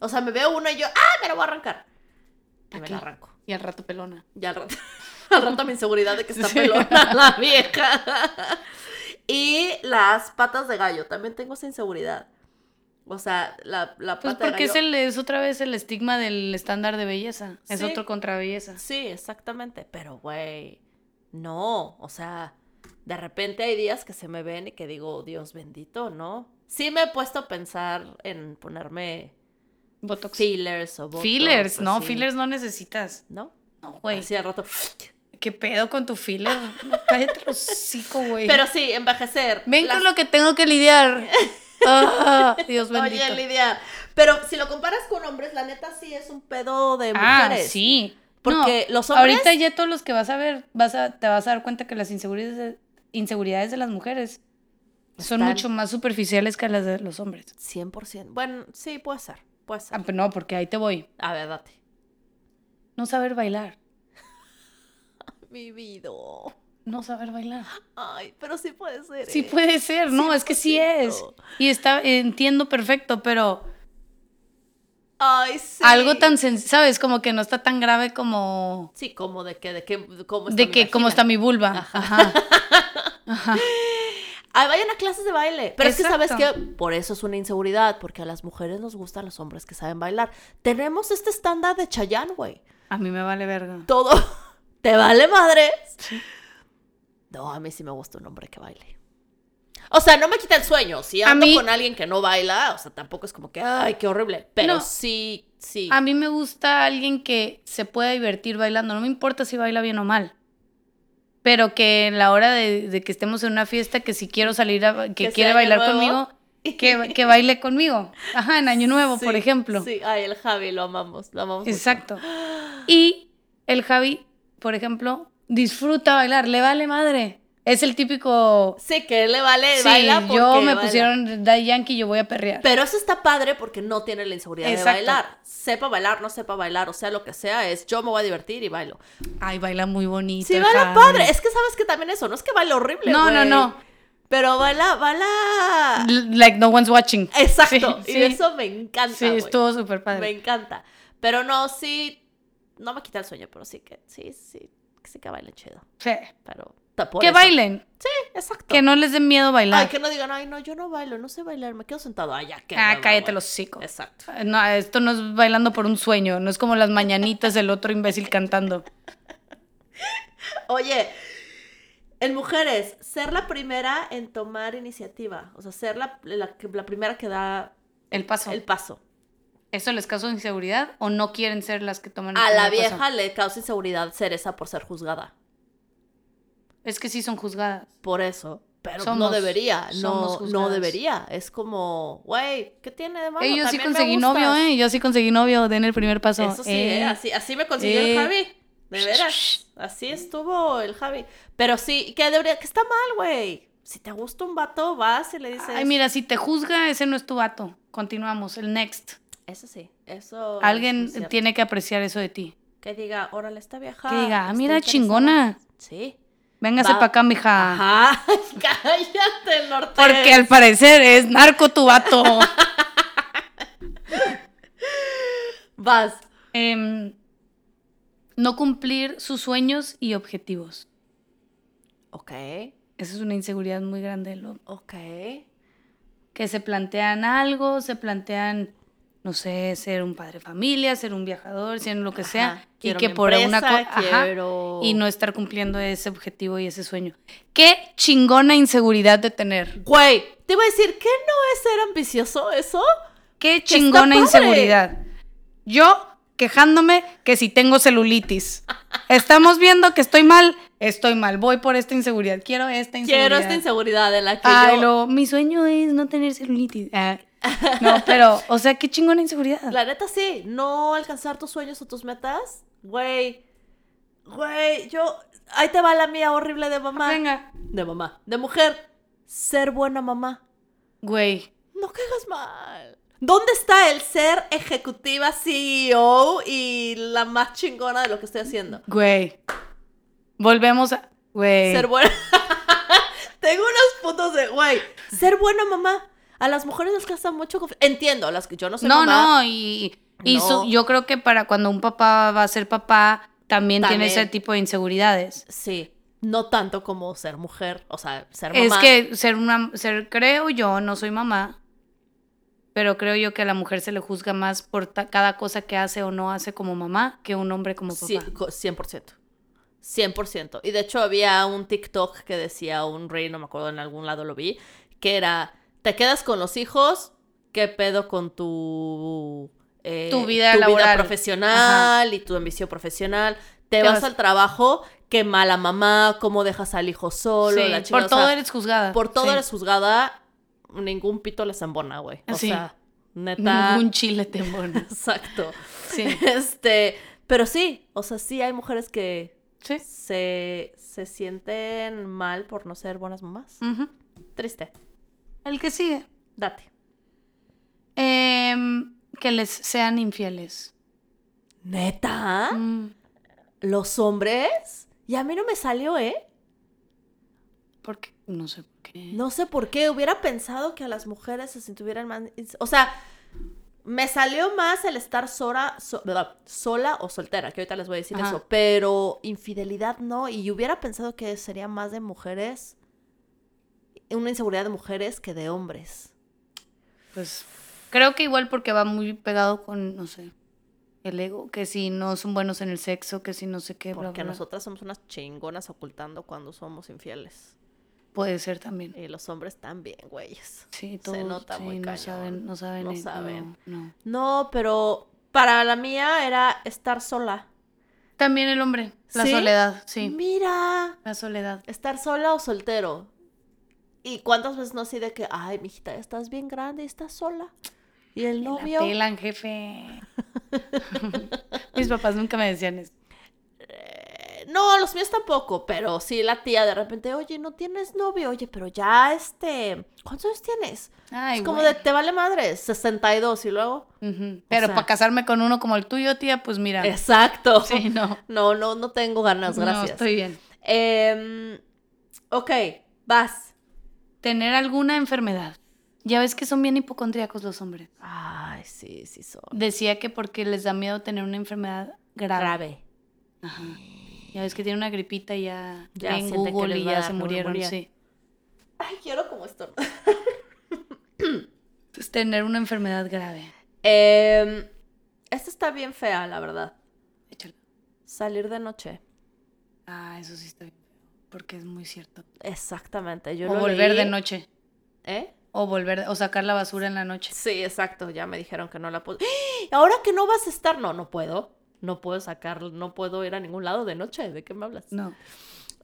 Speaker 2: O sea, me veo una y yo, ¡ah! Me la voy a arrancar. Y
Speaker 3: ¿Pa'
Speaker 2: me
Speaker 3: qué?
Speaker 2: la arranco.
Speaker 3: Y al rato pelona.
Speaker 2: Ya al rato, al rato mi inseguridad de que está
Speaker 3: Sí.
Speaker 2: pelona la vieja. Y las patas de gallo, también tengo esa inseguridad. O sea, la, la
Speaker 3: Pues
Speaker 2: pata
Speaker 3: porque
Speaker 2: de
Speaker 3: es,
Speaker 2: gallo.
Speaker 3: el, es otra vez el estigma del estándar de belleza. Es
Speaker 2: Sí.
Speaker 3: otro contra belleza.
Speaker 2: Sí, exactamente. Pero, güey, no. O sea, de repente hay días que se me ven y que digo, Dios bendito, ¿no? Sí me he puesto a pensar en ponerme
Speaker 3: Botox.
Speaker 2: fillers o botox,
Speaker 3: Fillers, no,
Speaker 2: así,
Speaker 3: fillers no necesitas.
Speaker 2: ¿No?
Speaker 3: No, güey.
Speaker 2: Así al rato.
Speaker 3: ¿Qué pedo con tu filler? No, cállate los hocico, güey.
Speaker 2: Pero sí, envejecer.
Speaker 3: Ven
Speaker 2: Las-
Speaker 3: con lo que tengo que lidiar. Ah, Dios bendito.
Speaker 2: Oye, Lidia, pero si lo comparas con hombres, la neta sí es un pedo de
Speaker 3: ah,
Speaker 2: mujeres.
Speaker 3: sí.
Speaker 2: Porque
Speaker 3: No,
Speaker 2: los hombres-
Speaker 3: Ahorita ya todos los que vas a ver, vas a, te vas a dar cuenta que las inseguridades de, inseguridades de las mujeres son
Speaker 2: Están-
Speaker 3: mucho más superficiales que las de los hombres.
Speaker 2: 100%. Bueno, sí, puede ser, puede
Speaker 3: Ah,
Speaker 2: ser.
Speaker 3: pero no, porque ahí te voy.
Speaker 2: A ver, date.
Speaker 3: No saber bailar.
Speaker 2: Mi vida.
Speaker 3: No saber bailar.
Speaker 2: Ay, pero sí puede ser.
Speaker 3: Sí
Speaker 2: ¿eh?
Speaker 3: puede ser, no, es que sí es.
Speaker 2: 100%.
Speaker 3: Y está, entiendo perfecto, pero
Speaker 2: Ay, sí.
Speaker 3: algo tan sencillo, ¿sabes? Como que no está tan grave como
Speaker 2: Sí, como de que, de que, cómo está
Speaker 3: de
Speaker 2: mi
Speaker 3: que como está
Speaker 2: vagina.
Speaker 3: mi vulva. Ajá. Ajá.
Speaker 2: Ay, vayan a clases de baile. Pero es que,
Speaker 3: Exacto.
Speaker 2: ¿sabes qué? Por eso es una inseguridad, porque a las mujeres nos gustan los hombres que saben bailar. Tenemos este estándar de Chayanne, güey.
Speaker 3: A mí me vale verga.
Speaker 2: todo. ¿Te vale madres? No, a mí sí me gusta un hombre que baile. O sea, no me quita el sueño. Si
Speaker 3: A
Speaker 2: ando
Speaker 3: mí-
Speaker 2: con alguien que no baila, o sea, tampoco es como que, ay, qué horrible. Pero
Speaker 3: No.
Speaker 2: sí, sí.
Speaker 3: A mí me gusta alguien que se pueda divertir bailando, no me importa si baila bien o mal. Pero que en la hora de, de que estemos en una fiesta, que si quiero salir, a, que,
Speaker 2: Que sea
Speaker 3: quiere
Speaker 2: Año
Speaker 3: bailar
Speaker 2: Nuevo.
Speaker 3: conmigo, que, que baile conmigo. Ajá, en Año Nuevo, por
Speaker 2: Sí,
Speaker 3: ejemplo.
Speaker 2: Sí, ay, el Javi lo amamos, lo amamos. mucho.
Speaker 3: Exacto. Y el Javi, por ejemplo, disfruta bailar, le vale madre. Es el típico.
Speaker 2: Sí, que le vale,
Speaker 3: Sí,
Speaker 2: baila porque
Speaker 3: yo me
Speaker 2: baila.
Speaker 3: pusieron Daddy Yankee, yo voy a perrear.
Speaker 2: Pero eso está padre porque no tiene la inseguridad
Speaker 3: Exacto.
Speaker 2: de bailar. Sepa bailar, no sepa bailar, o sea, lo que sea, es yo me voy a divertir y bailo.
Speaker 3: Ay, baila muy bonito.
Speaker 2: Sí,
Speaker 3: el
Speaker 2: baila
Speaker 3: Javi.
Speaker 2: padre. Es que sabes que también eso, no es que baile horrible.
Speaker 3: No, no,
Speaker 2: güey.
Speaker 3: no.
Speaker 2: Pero baila, baila.
Speaker 3: L- Like no one's watching.
Speaker 2: Exacto.
Speaker 3: Sí,
Speaker 2: Y
Speaker 3: sí.
Speaker 2: eso me encanta.
Speaker 3: Sí,
Speaker 2: güey.
Speaker 3: estuvo súper
Speaker 2: Me
Speaker 3: padre.
Speaker 2: encanta. Pero no, sí. No me quita el sueño, pero sí que, sí, sí. Que sí que bailen chido.
Speaker 3: Sí.
Speaker 2: Pero. ta- por
Speaker 3: Que
Speaker 2: eso.
Speaker 3: bailen,
Speaker 2: Exacto.
Speaker 3: que no les den miedo bailar.
Speaker 2: Ay, que no digan, ay, no, yo no bailo, no sé bailar, me quedo sentado. Ay, ya que.
Speaker 3: ah,
Speaker 2: hueva,
Speaker 3: cállate
Speaker 2: güey.
Speaker 3: los hocicos.
Speaker 2: Exacto.
Speaker 3: No, esto no es bailando por un sueño, no es como las mañanitas del otro imbécil cantando.
Speaker 2: Oye, en mujeres, ser la primera en tomar iniciativa. O sea, ser la, la- la primera que da
Speaker 3: El paso.
Speaker 2: el paso.
Speaker 3: ¿Eso les causa inseguridad o no quieren ser las que toman el
Speaker 2: A la
Speaker 3: primer
Speaker 2: vieja
Speaker 3: paso?
Speaker 2: le causa inseguridad ser esa por ser juzgada.
Speaker 3: Es que sí son juzgadas.
Speaker 2: Por eso. Pero no
Speaker 3: Somos-
Speaker 2: debería. No,
Speaker 3: somos
Speaker 2: no
Speaker 3: juzgadas.
Speaker 2: debería. Es como, güey, ¿qué tiene de malo?
Speaker 3: Ey, yo sí
Speaker 2: También me
Speaker 3: conseguí
Speaker 2: gustas".
Speaker 3: novio, ¿eh? Yo sí conseguí novio, den el primer paso.
Speaker 2: Eso sí,
Speaker 3: eh.
Speaker 2: ¿eh? así, así me consiguió
Speaker 3: eh.
Speaker 2: el Javi. De veras. Así estuvo el Javi. Pero sí, que debería, que está mal, güey. Si te gusta un vato, vas y le dices.
Speaker 3: Ay, mira, si te juzga, ese no es tu vato. Continuamos, el next.
Speaker 2: Eso sí, eso. es muy
Speaker 3: Alguien
Speaker 2: cierto.
Speaker 3: tiene que apreciar eso de ti.
Speaker 2: Que diga, órale, esta vieja.
Speaker 3: Que diga, ah,
Speaker 2: está
Speaker 3: mira,
Speaker 2: interesada".
Speaker 3: chingona.
Speaker 2: Sí.
Speaker 3: Véngase
Speaker 2: Va-
Speaker 3: para acá, mija.
Speaker 2: Ajá. Cállate, norte.
Speaker 3: Porque al parecer es narco tu vato.
Speaker 2: Vas.
Speaker 3: Em, No cumplir sus sueños y objetivos.
Speaker 2: Ok,
Speaker 3: Esa es una inseguridad muy grande del hombre.
Speaker 2: ok.
Speaker 3: Que se plantean algo, se plantean, no sé, ser un padre de familia, ser un viajador, ser lo que sea.
Speaker 2: Ajá,
Speaker 3: Y
Speaker 2: quiero
Speaker 3: que
Speaker 2: mi
Speaker 3: por una
Speaker 2: empresa,
Speaker 3: cosa.
Speaker 2: quiero-
Speaker 3: Y no estar cumpliendo ese objetivo y ese sueño. Qué chingona inseguridad de tener.
Speaker 2: Güey, te iba a decir, ¿qué no es ser ambicioso eso?
Speaker 3: Qué
Speaker 2: está
Speaker 3: chingona
Speaker 2: padre.
Speaker 3: inseguridad. Yo quejándome que si tengo celulitis. Estamos viendo que estoy mal. Estoy mal. Voy por esta inseguridad. Quiero esta inseguridad.
Speaker 2: Quiero esta inseguridad en la que
Speaker 3: Ay,
Speaker 2: yo...
Speaker 3: lo- mi sueño es no tener celulitis. Ah, No, pero, o sea, qué chingona inseguridad.
Speaker 2: La neta sí, no alcanzar tus sueños o tus metas, güey. Güey, yo... Ahí te va la mía horrible de mamá.
Speaker 3: Venga.
Speaker 2: De mamá. De mujer. Ser buena mamá.
Speaker 3: Güey,
Speaker 2: No cagas mal. ¿Dónde está el ser ejecutiva CEO y la más chingona de lo que estoy haciendo?
Speaker 3: güey. Volvemos a. Güey.
Speaker 2: Ser buena. Tengo unos puntos de, güey, ser buena mamá. A las mujeres les cuesta mucho. conf- Entiendo, las que yo no soy
Speaker 3: No,
Speaker 2: mamá.
Speaker 3: no, y, y su-
Speaker 2: No.
Speaker 3: yo creo que para cuando un papá va a ser papá, también, tiene
Speaker 2: También.
Speaker 3: ese tipo de inseguridades.
Speaker 2: Sí, no tanto como ser mujer, o sea, ser mamá.
Speaker 3: Es que ser una. ser Creo yo, no soy mamá. Pero creo yo que a la mujer se le juzga más por ta- cada cosa que hace o no hace como mamá que un hombre como papá.
Speaker 2: Sí, co- 100%. 100%. Y de hecho había un TikTok que decía, un rey, no me acuerdo, en algún lado lo vi, que era, te quedas con los hijos, ¿qué pedo con tu... eh,
Speaker 3: Tu vida laboral.
Speaker 2: profesional y tu ambición profesional? Te, vas, al trabajo, qué mala mamá, cómo dejas al hijo solo,
Speaker 3: Sí,
Speaker 2: la chingada,
Speaker 3: por
Speaker 2: o sea,
Speaker 3: todo eres juzgada.
Speaker 2: por todo
Speaker 3: sí.
Speaker 2: eres juzgada, ningún pito les embona, güey. O
Speaker 3: Sí.
Speaker 2: sea, neta...
Speaker 3: Ningún chile te embona.
Speaker 2: Exacto.
Speaker 3: Sí.
Speaker 2: Este, pero sí, o sea, sí hay mujeres que
Speaker 3: Sí.
Speaker 2: se, se sienten mal por no ser buenas mamás.
Speaker 3: Ujú.
Speaker 2: Triste.
Speaker 3: El que sigue.
Speaker 2: Date.
Speaker 3: Em, que les sean infieles.
Speaker 2: Neta,
Speaker 3: Mm,
Speaker 2: los hombres. Y a mí no me salió, ¿eh?
Speaker 3: porque no sé por qué.
Speaker 2: No sé por qué. Hubiera pensado que a las mujeres se sintuvieran más. O sea, me salió más el estar sola, so- bla, sola o soltera, que ahorita les voy a decir
Speaker 3: Ajá.
Speaker 2: eso. Pero infidelidad no. Y hubiera pensado que sería más de mujeres. Una inseguridad de mujeres que de hombres.
Speaker 3: Pues creo que igual porque va muy pegado con, no sé, el ego, que si no son buenos en el sexo, que si no sé qué, bla,
Speaker 2: Porque
Speaker 3: bla, bla.
Speaker 2: nosotras somos unas chingonas ocultando cuando somos infieles.
Speaker 3: Puede ser también.
Speaker 2: Y los hombres también, güeyes. se
Speaker 3: Sí, todos
Speaker 2: nota
Speaker 3: sí,
Speaker 2: muy
Speaker 3: no
Speaker 2: cañón.
Speaker 3: saben, no saben.
Speaker 2: No
Speaker 3: eh,
Speaker 2: saben.
Speaker 3: no.
Speaker 2: No, pero para la mía era estar sola.
Speaker 3: También el hombre, la
Speaker 2: ¿Sí?
Speaker 3: soledad, sí.
Speaker 2: Mira,
Speaker 3: La soledad.
Speaker 2: estar sola o soltero. ¿Y cuántas veces no así de que, ay, mijita, estás bien grande y estás sola? Y el novio.
Speaker 3: La pelan, jefe. Mis papás nunca me decían eso.
Speaker 2: eh, no, los míos tampoco, pero sí la tía de repente, oye, no tienes novio, oye, pero ya este. ¿Cuántos años tienes?
Speaker 3: Ay,
Speaker 2: es como
Speaker 3: güey.
Speaker 2: de, te vale madre, 62 y luego.
Speaker 3: Ujú. Pero
Speaker 2: sea-
Speaker 3: para casarme con uno como el tuyo, tía, pues mira.
Speaker 2: Exacto.
Speaker 3: Sí, no.
Speaker 2: No, no, no tengo ganas,
Speaker 3: No,
Speaker 2: gracias.
Speaker 3: estoy bien.
Speaker 2: Em, ok, vas.
Speaker 3: Tener alguna enfermedad. Ya ves que son bien hipocondríacos los hombres.
Speaker 2: Ay, sí, sí, son.
Speaker 3: Decía que porque les da miedo tener una enfermedad grave.
Speaker 2: Grave.
Speaker 3: Ajá. Ya ves que tiene una gripita y ya,
Speaker 2: Ya
Speaker 3: leen
Speaker 2: sienten que
Speaker 3: Google
Speaker 2: les
Speaker 3: y
Speaker 2: va a
Speaker 3: ya
Speaker 2: dar
Speaker 3: se murieron.
Speaker 2: neumonía.
Speaker 3: Sí.
Speaker 2: Ay, quiero como esto.
Speaker 3: Entonces, Pues, tener una enfermedad grave.
Speaker 2: Em, esta está bien fea, la verdad.
Speaker 3: Échalo.
Speaker 2: Salir de noche.
Speaker 3: Ah, eso sí está bien. Porque es muy cierto.
Speaker 2: Exactamente. Yo
Speaker 3: o
Speaker 2: lo
Speaker 3: volver
Speaker 2: leí.
Speaker 3: de noche.
Speaker 2: ¿Eh?
Speaker 3: O volver, o sacar la basura en la noche.
Speaker 2: Sí, exacto. Ya me dijeron que no la puedo. Ahora que no vas a estar. No, no puedo. No puedo sacar, no puedo ir a ningún lado de noche. ¿De qué me hablas?
Speaker 3: No.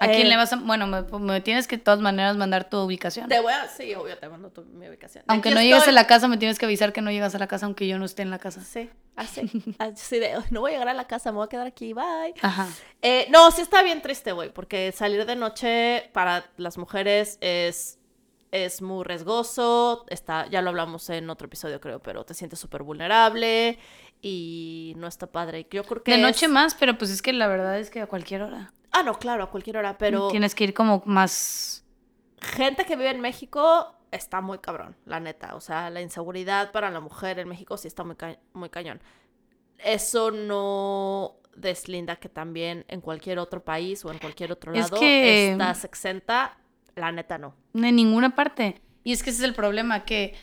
Speaker 3: ¿A
Speaker 2: Eh,
Speaker 3: quién le vas a.? Bueno, me, me tienes que de todas maneras mandar tu ubicación.
Speaker 2: Te voy a. Sí, obvio, te mando tu- mi ubicación.
Speaker 3: Aunque
Speaker 2: Aquí
Speaker 3: no llegues
Speaker 2: estoy.
Speaker 3: a la casa, me tienes que avisar que no llegas a la casa, aunque yo no esté en la casa.
Speaker 2: Sí, así. así de, "Ay, no voy a llegar a la casa, me voy a quedar aquí, bye.
Speaker 3: Ajá.
Speaker 2: Eh, no, sí está bien triste, güey, porque salir de noche para las mujeres es, es muy riesgoso. Está, ya lo hablamos en otro episodio, creo, pero te sientes súper vulnerable y no está padre. Yo creo que.
Speaker 3: De
Speaker 2: es-
Speaker 3: noche más, pero pues es que la verdad es que a cualquier hora.
Speaker 2: Ah, no, claro, a cualquier hora, pero
Speaker 3: Tienes que ir como más.
Speaker 2: gente que vive en México está muy cabrón, la neta. O sea, la inseguridad para la mujer en México sí está muy, ca- muy cañón. Eso no deslinda que también en cualquier otro país o en cualquier otro
Speaker 3: Es
Speaker 2: lado
Speaker 3: que-
Speaker 2: estás exenta. La neta no.
Speaker 3: En ninguna parte. Y es que ese es el problema, que,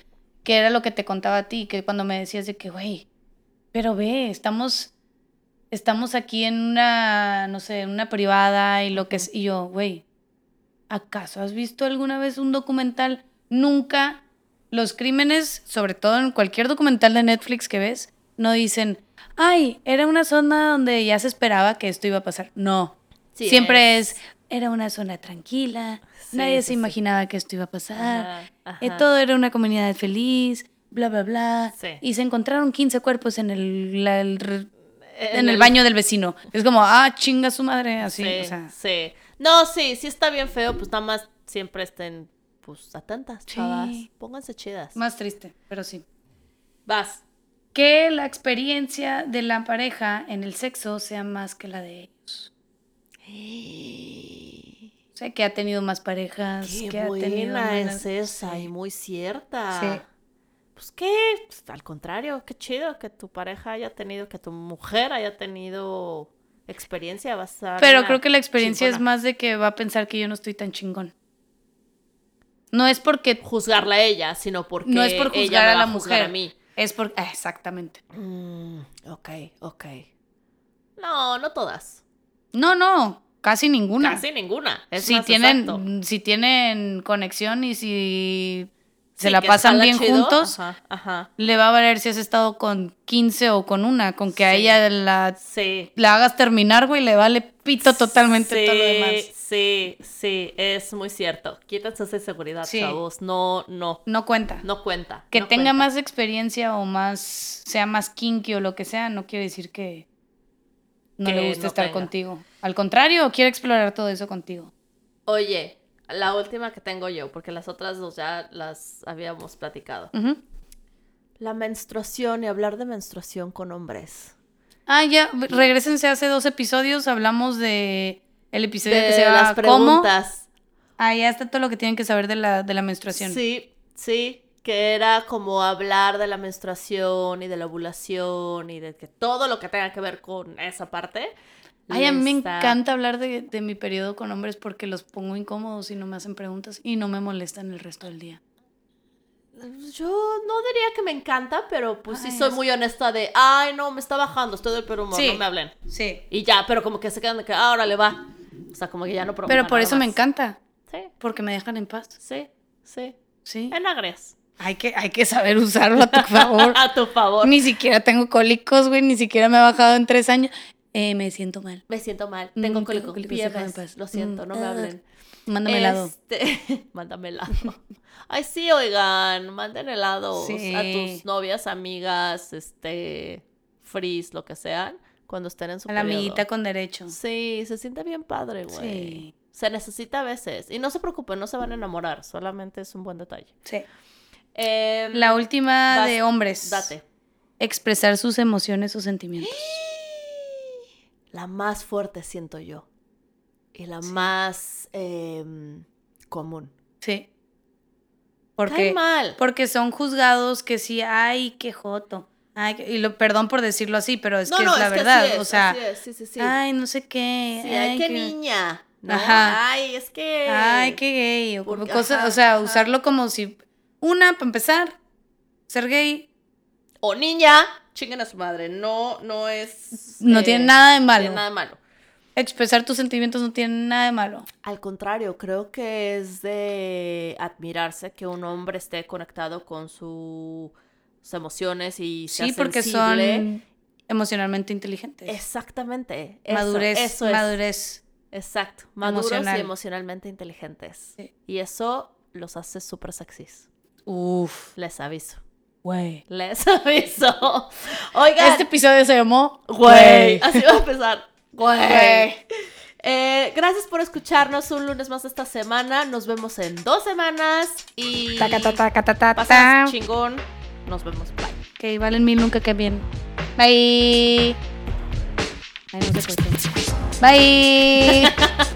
Speaker 3: que era lo que te contaba a ti, que cuando me decías de que, güey, pero ve, estamos, estamos aquí en una, no sé, en una privada y lo que es. Y yo, güey, ¿acaso has visto alguna vez un documental? Nunca. Los crímenes, sobre todo en cualquier documental de Netflix que ves, no dicen, ay, era una zona donde ya se esperaba que esto iba a pasar. No.
Speaker 2: Sí,
Speaker 3: Siempre es, era una zona tranquila,
Speaker 2: Sí,
Speaker 3: nadie
Speaker 2: sí,
Speaker 3: se
Speaker 2: sí.
Speaker 3: imaginaba que esto iba a pasar,
Speaker 2: Ajá, ajá.
Speaker 3: eh, todo era una comunidad feliz, bla, bla, bla.
Speaker 2: Sí.
Speaker 3: Y se encontraron 15 cuerpos en el, la- el r-
Speaker 2: En
Speaker 3: en el
Speaker 2: el-
Speaker 3: baño del vecino. Es como, ah, chinga su madre, así.
Speaker 2: Sí,
Speaker 3: o sea,
Speaker 2: sí. No, sí, sí está bien feo, pues nada más siempre estén, pues, atentas,
Speaker 3: Sí.
Speaker 2: chavas. Pónganse chidas.
Speaker 3: más triste, pero sí.
Speaker 2: Vas.
Speaker 3: Que la experiencia de la pareja en el sexo sea más que la de ellos.
Speaker 2: Qué
Speaker 3: O sea, que ha tenido más parejas, que ha tenido...
Speaker 2: buena
Speaker 3: una-
Speaker 2: es esa y muy cierta.
Speaker 3: Sí.
Speaker 2: Pues qué, Pues, al contrario, qué chido que tu pareja haya tenido, que tu mujer haya tenido experiencia. Vas a
Speaker 3: Pero creo que la experiencia es
Speaker 2: chingona.
Speaker 3: más de que va a pensar que yo no estoy tan chingón. No es porque
Speaker 2: juzgarla a ella, sino porque
Speaker 3: no es por
Speaker 2: ella
Speaker 3: juzgar
Speaker 2: me
Speaker 3: a
Speaker 2: va
Speaker 3: la
Speaker 2: juzgar
Speaker 3: mujer.
Speaker 2: a mí.
Speaker 3: Es porque ah, exactamente.
Speaker 2: Mm, ok, ok. No, no todas.
Speaker 3: No, no, casi ninguna.
Speaker 2: Casi ninguna. Es
Speaker 3: si
Speaker 2: más
Speaker 3: tienen
Speaker 2: exacto.
Speaker 3: si tienen conexión y si se
Speaker 2: Sí,
Speaker 3: la
Speaker 2: que
Speaker 3: pasan
Speaker 2: jala
Speaker 3: bien
Speaker 2: chido.
Speaker 3: juntos,
Speaker 2: Ajá, ajá.
Speaker 3: le va a valer si has estado con 15 o con una, con que a
Speaker 2: Sí.
Speaker 3: ella la,
Speaker 2: Sí.
Speaker 3: la hagas terminar, güey, le vale pito totalmente
Speaker 2: Sí,
Speaker 3: todo lo demás.
Speaker 2: Sí, sí, es muy cierto. Quítense esa inseguridad,
Speaker 3: Sí.
Speaker 2: chavos. No, no,
Speaker 3: No cuenta.
Speaker 2: no cuenta.
Speaker 3: que
Speaker 2: no
Speaker 3: tenga
Speaker 2: cuenta.
Speaker 3: más experiencia o más sea más kinky o lo que sea no quiere decir que no
Speaker 2: Que
Speaker 3: le guste
Speaker 2: no
Speaker 3: estar
Speaker 2: tenga.
Speaker 3: contigo al contrario quiere explorar todo eso contigo
Speaker 2: Oye, la última que tengo yo, porque las otras dos ya las habíamos platicado.
Speaker 3: Ujú.
Speaker 2: La menstruación y hablar de menstruación con hombres.
Speaker 3: ah ya regresense hace dos episodios hablamos de el episodio que se
Speaker 2: de
Speaker 3: llama
Speaker 2: las preguntas.
Speaker 3: cómo ah ya está todo lo que tienen que saber de la de la menstruación
Speaker 2: Sí, sí, que era como hablar de la menstruación y de la ovulación y de que todo lo que tenga que ver con esa parte.
Speaker 3: Ay, a mí me
Speaker 2: está-
Speaker 3: encanta hablar de, de mi periodo con hombres porque los pongo incómodos y no me hacen preguntas y no me molestan el resto del día.
Speaker 2: Pues Yo no diría que me encanta, pero pues sí
Speaker 3: Ay,
Speaker 2: soy
Speaker 3: es-
Speaker 2: muy honesta de, ay, no, me está bajando, estoy del peor humor,
Speaker 3: Sí.
Speaker 2: no me hablen.
Speaker 3: Sí.
Speaker 2: Y ya, pero como que se quedan de que, ah, órale, va. O sea, como que ya no preguntan
Speaker 3: Pero por
Speaker 2: nada
Speaker 3: eso me
Speaker 2: más.
Speaker 3: encanta,
Speaker 2: Sí,
Speaker 3: porque me dejan en paz.
Speaker 2: sí, sí.
Speaker 3: Sí.
Speaker 2: En agres.
Speaker 3: Hay que, hay que saber usarlo a tu favor.
Speaker 2: A tu favor.
Speaker 3: ni siquiera tengo cólicos, güey, ni siquiera me ha bajado en tres años. Eh, me siento mal.
Speaker 2: Me siento mal,
Speaker 3: Mm,
Speaker 2: tengo
Speaker 3: tengo
Speaker 2: cólico,
Speaker 3: cólicos, déjame en
Speaker 2: PMS,
Speaker 3: paz.
Speaker 2: lo siento,
Speaker 3: Mm,
Speaker 2: no me
Speaker 3: ah.
Speaker 2: hablen.
Speaker 3: Mándame helado.
Speaker 2: Este, mándame helado. Ay, sí, oigan, manden helado
Speaker 3: Sí.
Speaker 2: a tus novias, amigas, este, frizz, lo que sean, cuando estén en su
Speaker 3: A la
Speaker 2: periodo.
Speaker 3: amiguita con derecho.
Speaker 2: Sí, se siente bien padre, güey.
Speaker 3: Sí.
Speaker 2: Se necesita a veces. Y no se preocupen, no se van a enamorar, solamente es un buen detalle.
Speaker 3: Sí.
Speaker 2: Em,
Speaker 3: La última
Speaker 2: Vas,
Speaker 3: de hombres.
Speaker 2: Date.
Speaker 3: Expresar sus emociones o sentimientos.
Speaker 2: La más fuerte siento yo. Y la más em, común.
Speaker 3: Sí.
Speaker 2: Cae
Speaker 3: Porque,
Speaker 2: mal.
Speaker 3: porque son juzgados que sí, ay, qué joto. Ay, que- y lo, perdón por decirlo así, pero es que es la
Speaker 2: así
Speaker 3: verdad.
Speaker 2: es,
Speaker 3: o sea,
Speaker 2: así es, sí, sí, sí.
Speaker 3: ay, no sé qué.
Speaker 2: Sí, ay, qué
Speaker 3: que-
Speaker 2: niña. ¿no?
Speaker 3: Ajá.
Speaker 2: Ay, es que.
Speaker 3: Ay, qué gay. O, como
Speaker 2: Porque-
Speaker 3: cosa-
Speaker 2: ajá,
Speaker 3: o sea,
Speaker 2: ajá.
Speaker 3: usarlo como si. Una, para empezar, ser gay
Speaker 2: O niña, chinguen a su madre. No, no es.
Speaker 3: no
Speaker 2: eh,
Speaker 3: tiene nada de
Speaker 2: no
Speaker 3: malo.
Speaker 2: tiene nada de malo.
Speaker 3: Expresar tus sentimientos no tiene nada de malo.
Speaker 2: Al contrario, creo que es de admirarse que un hombre esté conectado con su- sus emociones y sea
Speaker 3: Sí, porque
Speaker 2: sensible.
Speaker 3: son emocionalmente inteligentes.
Speaker 2: Exactamente. eso,
Speaker 3: madurez,
Speaker 2: Eso es.
Speaker 3: madurez.
Speaker 2: Exacto. Maduros
Speaker 3: Emocional.
Speaker 2: y emocionalmente inteligentes.
Speaker 3: Sí.
Speaker 2: Y eso los hace súper sexys.
Speaker 3: Uf,
Speaker 2: Les aviso.
Speaker 3: güey.
Speaker 2: Les aviso. Oigan.
Speaker 3: Este episodio se llamó
Speaker 2: Güey. Así va a empezar. Güey.
Speaker 3: Güey.
Speaker 2: Eh, gracias por escucharnos un lunes más esta semana. Nos vemos en dos semanas. Y.
Speaker 3: Taca, ta, taca, ta, ta,
Speaker 2: Pasas
Speaker 3: ta.
Speaker 2: chingón. Nos vemos. Bye.
Speaker 3: Que valen mil nunca que bien. Bye. Ay, no se cortó. Bye.